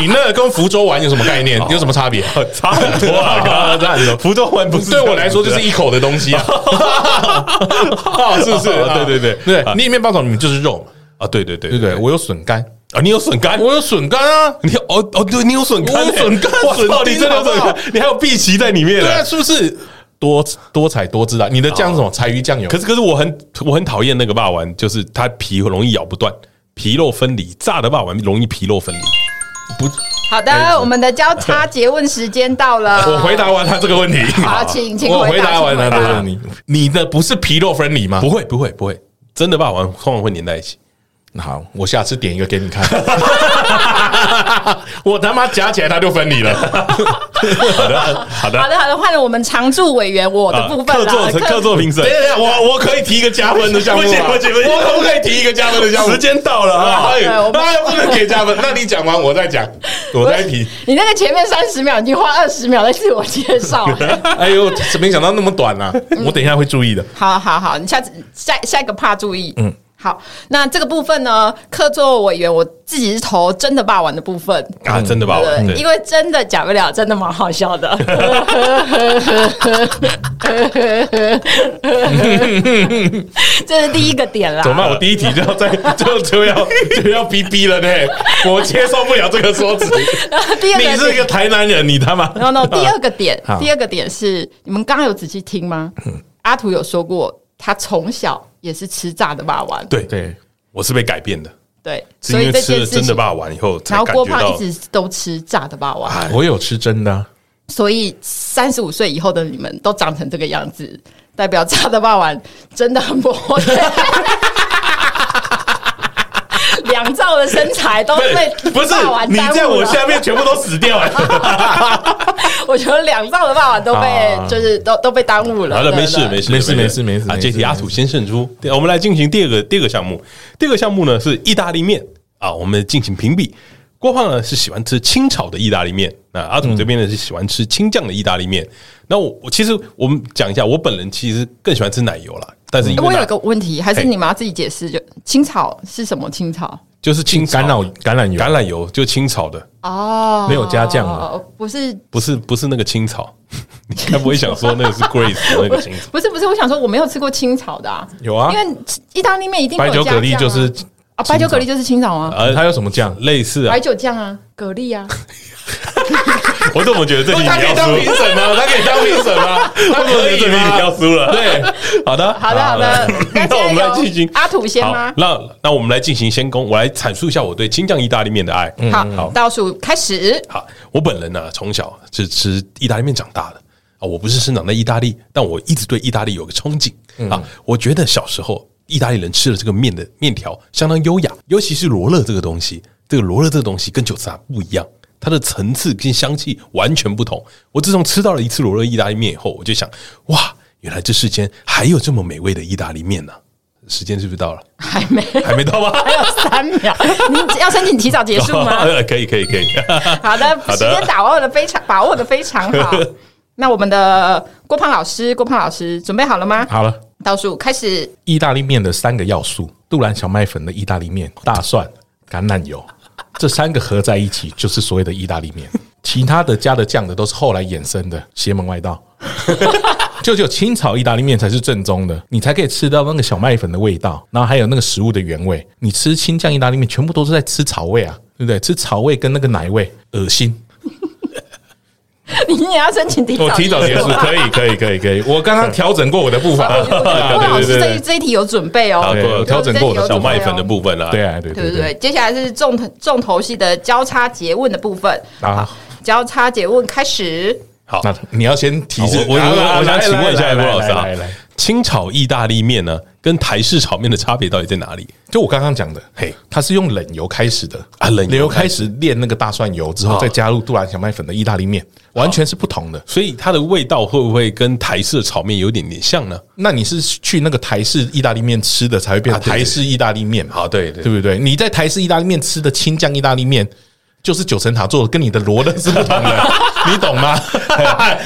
[SPEAKER 2] 你那个跟福州丸有什么概念？有什么差别？
[SPEAKER 3] 哦 [laughs] 差很多
[SPEAKER 2] [laughs]
[SPEAKER 3] 啊，差很多。福州丸不是
[SPEAKER 2] 对我来说就是
[SPEAKER 3] [laughs]
[SPEAKER 2] 一口的东西啊，
[SPEAKER 3] 啊
[SPEAKER 2] 是不是？
[SPEAKER 3] 对对对
[SPEAKER 2] [laughs] 对，你里面包总你们就是肉嘛，
[SPEAKER 3] 啊，对对对
[SPEAKER 2] 对不对？我有笋干，
[SPEAKER 3] 啊，你有笋干，
[SPEAKER 2] 我有笋干啊，
[SPEAKER 3] 你哦哦，对你有笋干
[SPEAKER 2] 我
[SPEAKER 3] 欸，
[SPEAKER 2] 有笋干
[SPEAKER 3] 哇
[SPEAKER 2] 笋
[SPEAKER 3] 操，
[SPEAKER 2] 丁
[SPEAKER 3] 你真的有笋
[SPEAKER 2] 好不
[SPEAKER 3] 干，你还有碧琪在里面
[SPEAKER 2] 对啊，
[SPEAKER 3] 了。
[SPEAKER 2] 是不是？多多彩多姿啊！你的酱是什么？柴鱼酱油
[SPEAKER 3] 可。是可是我很我很讨厌那个霸丸，就是它皮容易咬不断，皮肉分离，炸的霸丸容易皮肉分离。
[SPEAKER 4] 好的，我们的交叉诘问时间
[SPEAKER 3] [laughs]
[SPEAKER 4] 到了。
[SPEAKER 2] 我回答完他这个问题，
[SPEAKER 4] 好，请请
[SPEAKER 2] 我
[SPEAKER 4] 回
[SPEAKER 2] 回答完
[SPEAKER 4] 请
[SPEAKER 2] 了
[SPEAKER 4] 回
[SPEAKER 2] 这
[SPEAKER 4] 答
[SPEAKER 2] 个问题。你的不是皮肉分离吗？
[SPEAKER 3] 不会不会不会，真的霸王通常会粘在一起。
[SPEAKER 2] 好，我下次点一个给你看。 [laughs] 我他妈夹起来它就分离了。
[SPEAKER 3] 好的好
[SPEAKER 4] 好
[SPEAKER 3] 的，
[SPEAKER 4] 的，好的，换了我们常驻委员我的部分
[SPEAKER 3] 啊客
[SPEAKER 4] 了。
[SPEAKER 3] 座客座评审
[SPEAKER 2] 等一，下，我我可以提一个加分的项目吗？啊
[SPEAKER 3] 不行不行不行
[SPEAKER 2] 我可不可以提一个加分的项目？
[SPEAKER 3] [laughs] 时间到了啊！
[SPEAKER 2] 哎，
[SPEAKER 4] 对我们
[SPEAKER 2] 哎，不能给加分。那你讲完，我再讲，我再提。
[SPEAKER 4] 你那个前面三十秒已经花二十秒在自我介绍了。
[SPEAKER 2] [laughs] 哎呦，怎么没想到那么短啊？我等一下会注意的。
[SPEAKER 4] 好好好，你下次下下一个怕注意。嗯，好，那这个部分呢，客座委员我自己是投真的霸王的部分，
[SPEAKER 3] 啊，真的霸王，
[SPEAKER 4] 对
[SPEAKER 3] 对
[SPEAKER 4] 因为真的假不了，真的蛮好笑的。这是第一个点啦。
[SPEAKER 2] 怎么办？我第一题就要
[SPEAKER 3] [laughs]
[SPEAKER 2] 再就就要就要逼逼了呢，我接受不了这个说辞。
[SPEAKER 4] 第二
[SPEAKER 2] 你
[SPEAKER 4] 个
[SPEAKER 2] 是一
[SPEAKER 4] 点
[SPEAKER 2] 个台南人，你他妈
[SPEAKER 4] ，no no，第二个点
[SPEAKER 2] 好，
[SPEAKER 4] 第二个点是你们刚刚有仔细听吗？阿图有说过，他从小也是吃炸的霸王，
[SPEAKER 3] 对对，
[SPEAKER 2] 对，
[SPEAKER 3] 我是被改变的，
[SPEAKER 4] 对，
[SPEAKER 3] 是
[SPEAKER 4] 所
[SPEAKER 3] 因为
[SPEAKER 4] 以这
[SPEAKER 3] 吃
[SPEAKER 4] 件
[SPEAKER 3] 了
[SPEAKER 4] 事
[SPEAKER 3] 真
[SPEAKER 4] 情
[SPEAKER 3] 的。霸王以后才
[SPEAKER 4] 然后
[SPEAKER 3] 感
[SPEAKER 4] 郭
[SPEAKER 3] 觉
[SPEAKER 4] 胖
[SPEAKER 3] 到
[SPEAKER 4] 一直都吃炸的霸王，
[SPEAKER 2] 我有吃真的啊。
[SPEAKER 4] 所以三十五岁以后的你们都长成这个样子，代表炸的霸王真的很不 OK。两兆的身
[SPEAKER 2] [laughs]
[SPEAKER 4] 材都被
[SPEAKER 2] 不是
[SPEAKER 4] 霸王
[SPEAKER 2] 你
[SPEAKER 4] 耽
[SPEAKER 2] 在
[SPEAKER 4] 误
[SPEAKER 2] 我
[SPEAKER 4] 了，
[SPEAKER 2] 下面全部都死掉了。
[SPEAKER 4] 我觉得两兆的霸王都被
[SPEAKER 2] 啊
[SPEAKER 4] 就是都都被耽误了。
[SPEAKER 3] 好了，没事
[SPEAKER 4] 真的
[SPEAKER 3] 没事
[SPEAKER 2] 没事没事没事
[SPEAKER 3] 啊！
[SPEAKER 2] 没事
[SPEAKER 3] 这题阿土先胜出。对，我们来进行第二个第二个项目。第二个项目呢是意大利面啊，我们进行评比。郭胖呢是喜欢吃清炒的意大利面，那阿土这边呢是喜欢吃清酱的意大利面。那我我其实我们讲一下，我本人其实更喜欢吃奶油啦，但是因
[SPEAKER 2] 哎
[SPEAKER 4] 诶
[SPEAKER 3] 为
[SPEAKER 4] 哎我
[SPEAKER 3] 奶
[SPEAKER 4] 有一个问题，还是
[SPEAKER 3] 嘿
[SPEAKER 4] 你们要自己解释？就青草是什么青草？
[SPEAKER 3] 就是清炒
[SPEAKER 2] 橄榄橄榄油，
[SPEAKER 3] 橄榄油就清炒的，
[SPEAKER 4] 哦，
[SPEAKER 2] 没有加酱
[SPEAKER 3] 啊
[SPEAKER 2] 吗？
[SPEAKER 4] 不是，
[SPEAKER 3] 不是不是那个清炒。 [laughs] 你该不会想说那个是 Grace 的那个清炒？
[SPEAKER 4] 不是，不是。我想说，我没有吃过青草的啊，
[SPEAKER 2] 有啊
[SPEAKER 4] 因，为意大利面一定会
[SPEAKER 2] 白酒
[SPEAKER 4] 有加
[SPEAKER 2] 蛤蜊
[SPEAKER 4] 酱啊
[SPEAKER 2] 就是
[SPEAKER 4] 啊，白酒蛤蜊就是青草啊，
[SPEAKER 2] 呃，它有什么酱？
[SPEAKER 3] 类似啊
[SPEAKER 4] 白，酒酱啊，蛤蜊啊，
[SPEAKER 3] 我怎么觉得这题你
[SPEAKER 2] 哎他可
[SPEAKER 3] 要
[SPEAKER 2] 以当
[SPEAKER 3] 输？
[SPEAKER 2] 评审吗？啊他可以当评审 [laughs] 吗？他可
[SPEAKER 3] 这
[SPEAKER 2] 以啊
[SPEAKER 3] 题你
[SPEAKER 2] 吗
[SPEAKER 3] 要？输了。
[SPEAKER 2] 对，
[SPEAKER 3] 好的，
[SPEAKER 4] 好的好的，
[SPEAKER 2] [laughs]
[SPEAKER 4] 那
[SPEAKER 3] 那我
[SPEAKER 4] 现
[SPEAKER 3] 们
[SPEAKER 4] 在
[SPEAKER 3] 来
[SPEAKER 4] 有
[SPEAKER 3] 进行
[SPEAKER 4] 阿土先
[SPEAKER 3] 好
[SPEAKER 4] 吗，？
[SPEAKER 3] 那那我们来进行先攻，我来阐述一下我对青酱意大利面的爱。
[SPEAKER 2] 嗯
[SPEAKER 4] 好，倒数开始。
[SPEAKER 3] 好，我本人呢、从小是吃意大利面长大的啊，我不是生长在意大利，但我一直对意大利有个憧憬
[SPEAKER 4] 嗯
[SPEAKER 3] 啊。我觉得小时候意大利人吃的这个面的面条相当优雅，尤其是罗勒这个东西，这个罗勒这个东西跟九层塔不一样。它的层次跟香气完全不同。我自从吃到了一次罗勒意大利面以后，我就想，哇，原来这世间还有这么美味的意大利面呢、时间是不是到了？
[SPEAKER 4] 还没， [laughs]
[SPEAKER 3] 还没到吗？
[SPEAKER 4] 还有三秒，你要申请提早结
[SPEAKER 2] [laughs]
[SPEAKER 3] [laughs]
[SPEAKER 4] 束吗？
[SPEAKER 3] 呃可以，可以，可以。
[SPEAKER 2] 啊
[SPEAKER 4] 好的，
[SPEAKER 3] 好的
[SPEAKER 4] 时间把握的非常，把握的非常
[SPEAKER 2] [laughs]
[SPEAKER 4] 好。那我们的郭胖老师，郭胖老师准备好了吗？
[SPEAKER 2] 好了。
[SPEAKER 4] 倒数开始。 [laughs]
[SPEAKER 2] 意大利面的三个要素：杜兰小麦粉的意大利面、大蒜、橄榄油，这三个合在一起就是所谓的意大利面。其他的加的酱的都是后来衍生的邪门外道，就只有清炒意大利面才是正宗的，你才可以吃到那个小麦粉的味道，然后还有那个食物的原味。你吃清酱意大利面，全部都是在吃草味啊，对不对？吃草味跟那个奶味，恶心。
[SPEAKER 4] 你也要申请提早，
[SPEAKER 2] 我提早结束，可以，可以，可以，可以。我刚刚调整过我的步伐，
[SPEAKER 4] 郭胖老
[SPEAKER 2] [laughs] 对对
[SPEAKER 4] 师这
[SPEAKER 2] 对
[SPEAKER 4] 一这一题有准备
[SPEAKER 3] 好
[SPEAKER 4] 哦。
[SPEAKER 2] 对，我调整过我的
[SPEAKER 3] 小
[SPEAKER 2] 步伐，
[SPEAKER 3] 麦粉的部分啦，
[SPEAKER 2] 对啊，对
[SPEAKER 4] 对
[SPEAKER 2] 对
[SPEAKER 4] 不
[SPEAKER 2] 对
[SPEAKER 4] 对？。接下来是重头重头戏的交叉诘问的部分，
[SPEAKER 2] 啊，
[SPEAKER 4] 交叉诘问开始。
[SPEAKER 3] 好，
[SPEAKER 2] 那你要先提示
[SPEAKER 3] 我我
[SPEAKER 2] 啊啊
[SPEAKER 3] 我我
[SPEAKER 2] 来
[SPEAKER 3] 想请问一下
[SPEAKER 2] 来
[SPEAKER 3] 郭
[SPEAKER 2] 来
[SPEAKER 3] 老师啊
[SPEAKER 2] 来来来，
[SPEAKER 3] 清炒意大利面呢，跟台式炒面的差别到底在哪里？
[SPEAKER 2] 就我刚刚讲的，
[SPEAKER 3] 嘿
[SPEAKER 2] 嘿，它是用冷油开始的
[SPEAKER 3] 啊冷油
[SPEAKER 2] 油开始炼那个大蒜油之后，
[SPEAKER 3] 啊
[SPEAKER 2] 再加入杜兰小麦粉的意大利面，完全是不同的。
[SPEAKER 3] 所以它的味道会不会跟台式的炒面有点点像呢？
[SPEAKER 2] 那你是去那个台式意大利面吃的，才会变
[SPEAKER 3] 啊
[SPEAKER 2] 成
[SPEAKER 3] 对对
[SPEAKER 2] 台式意大利面嘛，
[SPEAKER 3] 好，对对
[SPEAKER 2] 对不对？你在台式意大利面吃的青酱意大利面，就是九层塔做的跟你的罗勒是不同的，你懂吗？哎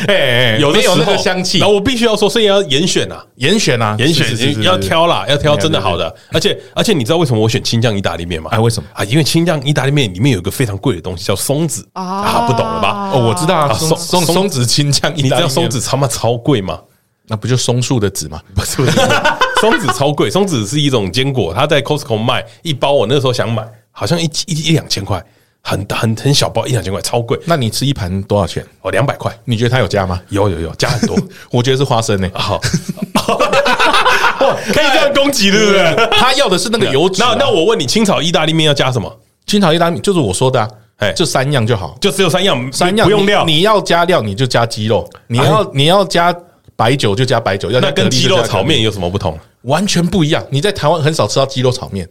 [SPEAKER 2] 哎，
[SPEAKER 3] 有的
[SPEAKER 2] 没
[SPEAKER 3] 时
[SPEAKER 2] 有
[SPEAKER 3] 候
[SPEAKER 2] 那个香气
[SPEAKER 3] 然，后我必须要说，所以要严选啊，
[SPEAKER 2] 严选啊，
[SPEAKER 3] 严
[SPEAKER 2] 是是是是
[SPEAKER 3] 选要挑啦，要挑真的好的。而且而且，你知道为什么我选青酱意大利面吗？
[SPEAKER 2] 哎为什么
[SPEAKER 3] 啊？因为青酱意大利面里面有一个非常贵的东西叫松子
[SPEAKER 4] 啊
[SPEAKER 3] 啊，不懂了吧？
[SPEAKER 2] 哦，我知道啊，
[SPEAKER 3] 啊
[SPEAKER 2] 松
[SPEAKER 3] 松
[SPEAKER 2] 松
[SPEAKER 3] 松
[SPEAKER 2] 松子青酱意
[SPEAKER 3] 你知
[SPEAKER 2] 大利
[SPEAKER 3] 道
[SPEAKER 2] 面，
[SPEAKER 3] 松子他妈超贵吗？
[SPEAKER 2] 那不就松树的子吗？
[SPEAKER 3] [laughs] 不是不是，松子超贵，松子是一种坚果，它在 Costco 卖一包，我那时候想买，好像一一一两千块，很很很小包，一两千块，超贵
[SPEAKER 2] 那你吃一盘多少钱？
[SPEAKER 3] 哦，两百块，
[SPEAKER 2] 你觉得它有加吗？ [laughs]
[SPEAKER 3] 有有有，加很多。 [laughs]
[SPEAKER 2] 我觉得是花生呢。
[SPEAKER 3] 好，可以这样攻击，对不对？
[SPEAKER 2] 他要的是那个油脂啊。
[SPEAKER 3] 那那我问你，清炒意大利面要加什么？
[SPEAKER 2] 清炒意大利面就是我说的啊，
[SPEAKER 3] 哎
[SPEAKER 2] 就三样就好，
[SPEAKER 3] 就只有三样，
[SPEAKER 2] 三样
[SPEAKER 3] 不用料。哎
[SPEAKER 2] 你你要加料你就加鸡肉，你要你要加白酒就加白酒，要加
[SPEAKER 3] 那跟
[SPEAKER 2] 蛤蜊
[SPEAKER 3] 鸡
[SPEAKER 2] 就加
[SPEAKER 3] 肉
[SPEAKER 2] 蛤蜊
[SPEAKER 3] 炒面有什么不同？
[SPEAKER 2] 完全不一样。你在台湾很少吃到鸡肉炒
[SPEAKER 3] [laughs]
[SPEAKER 2] 面。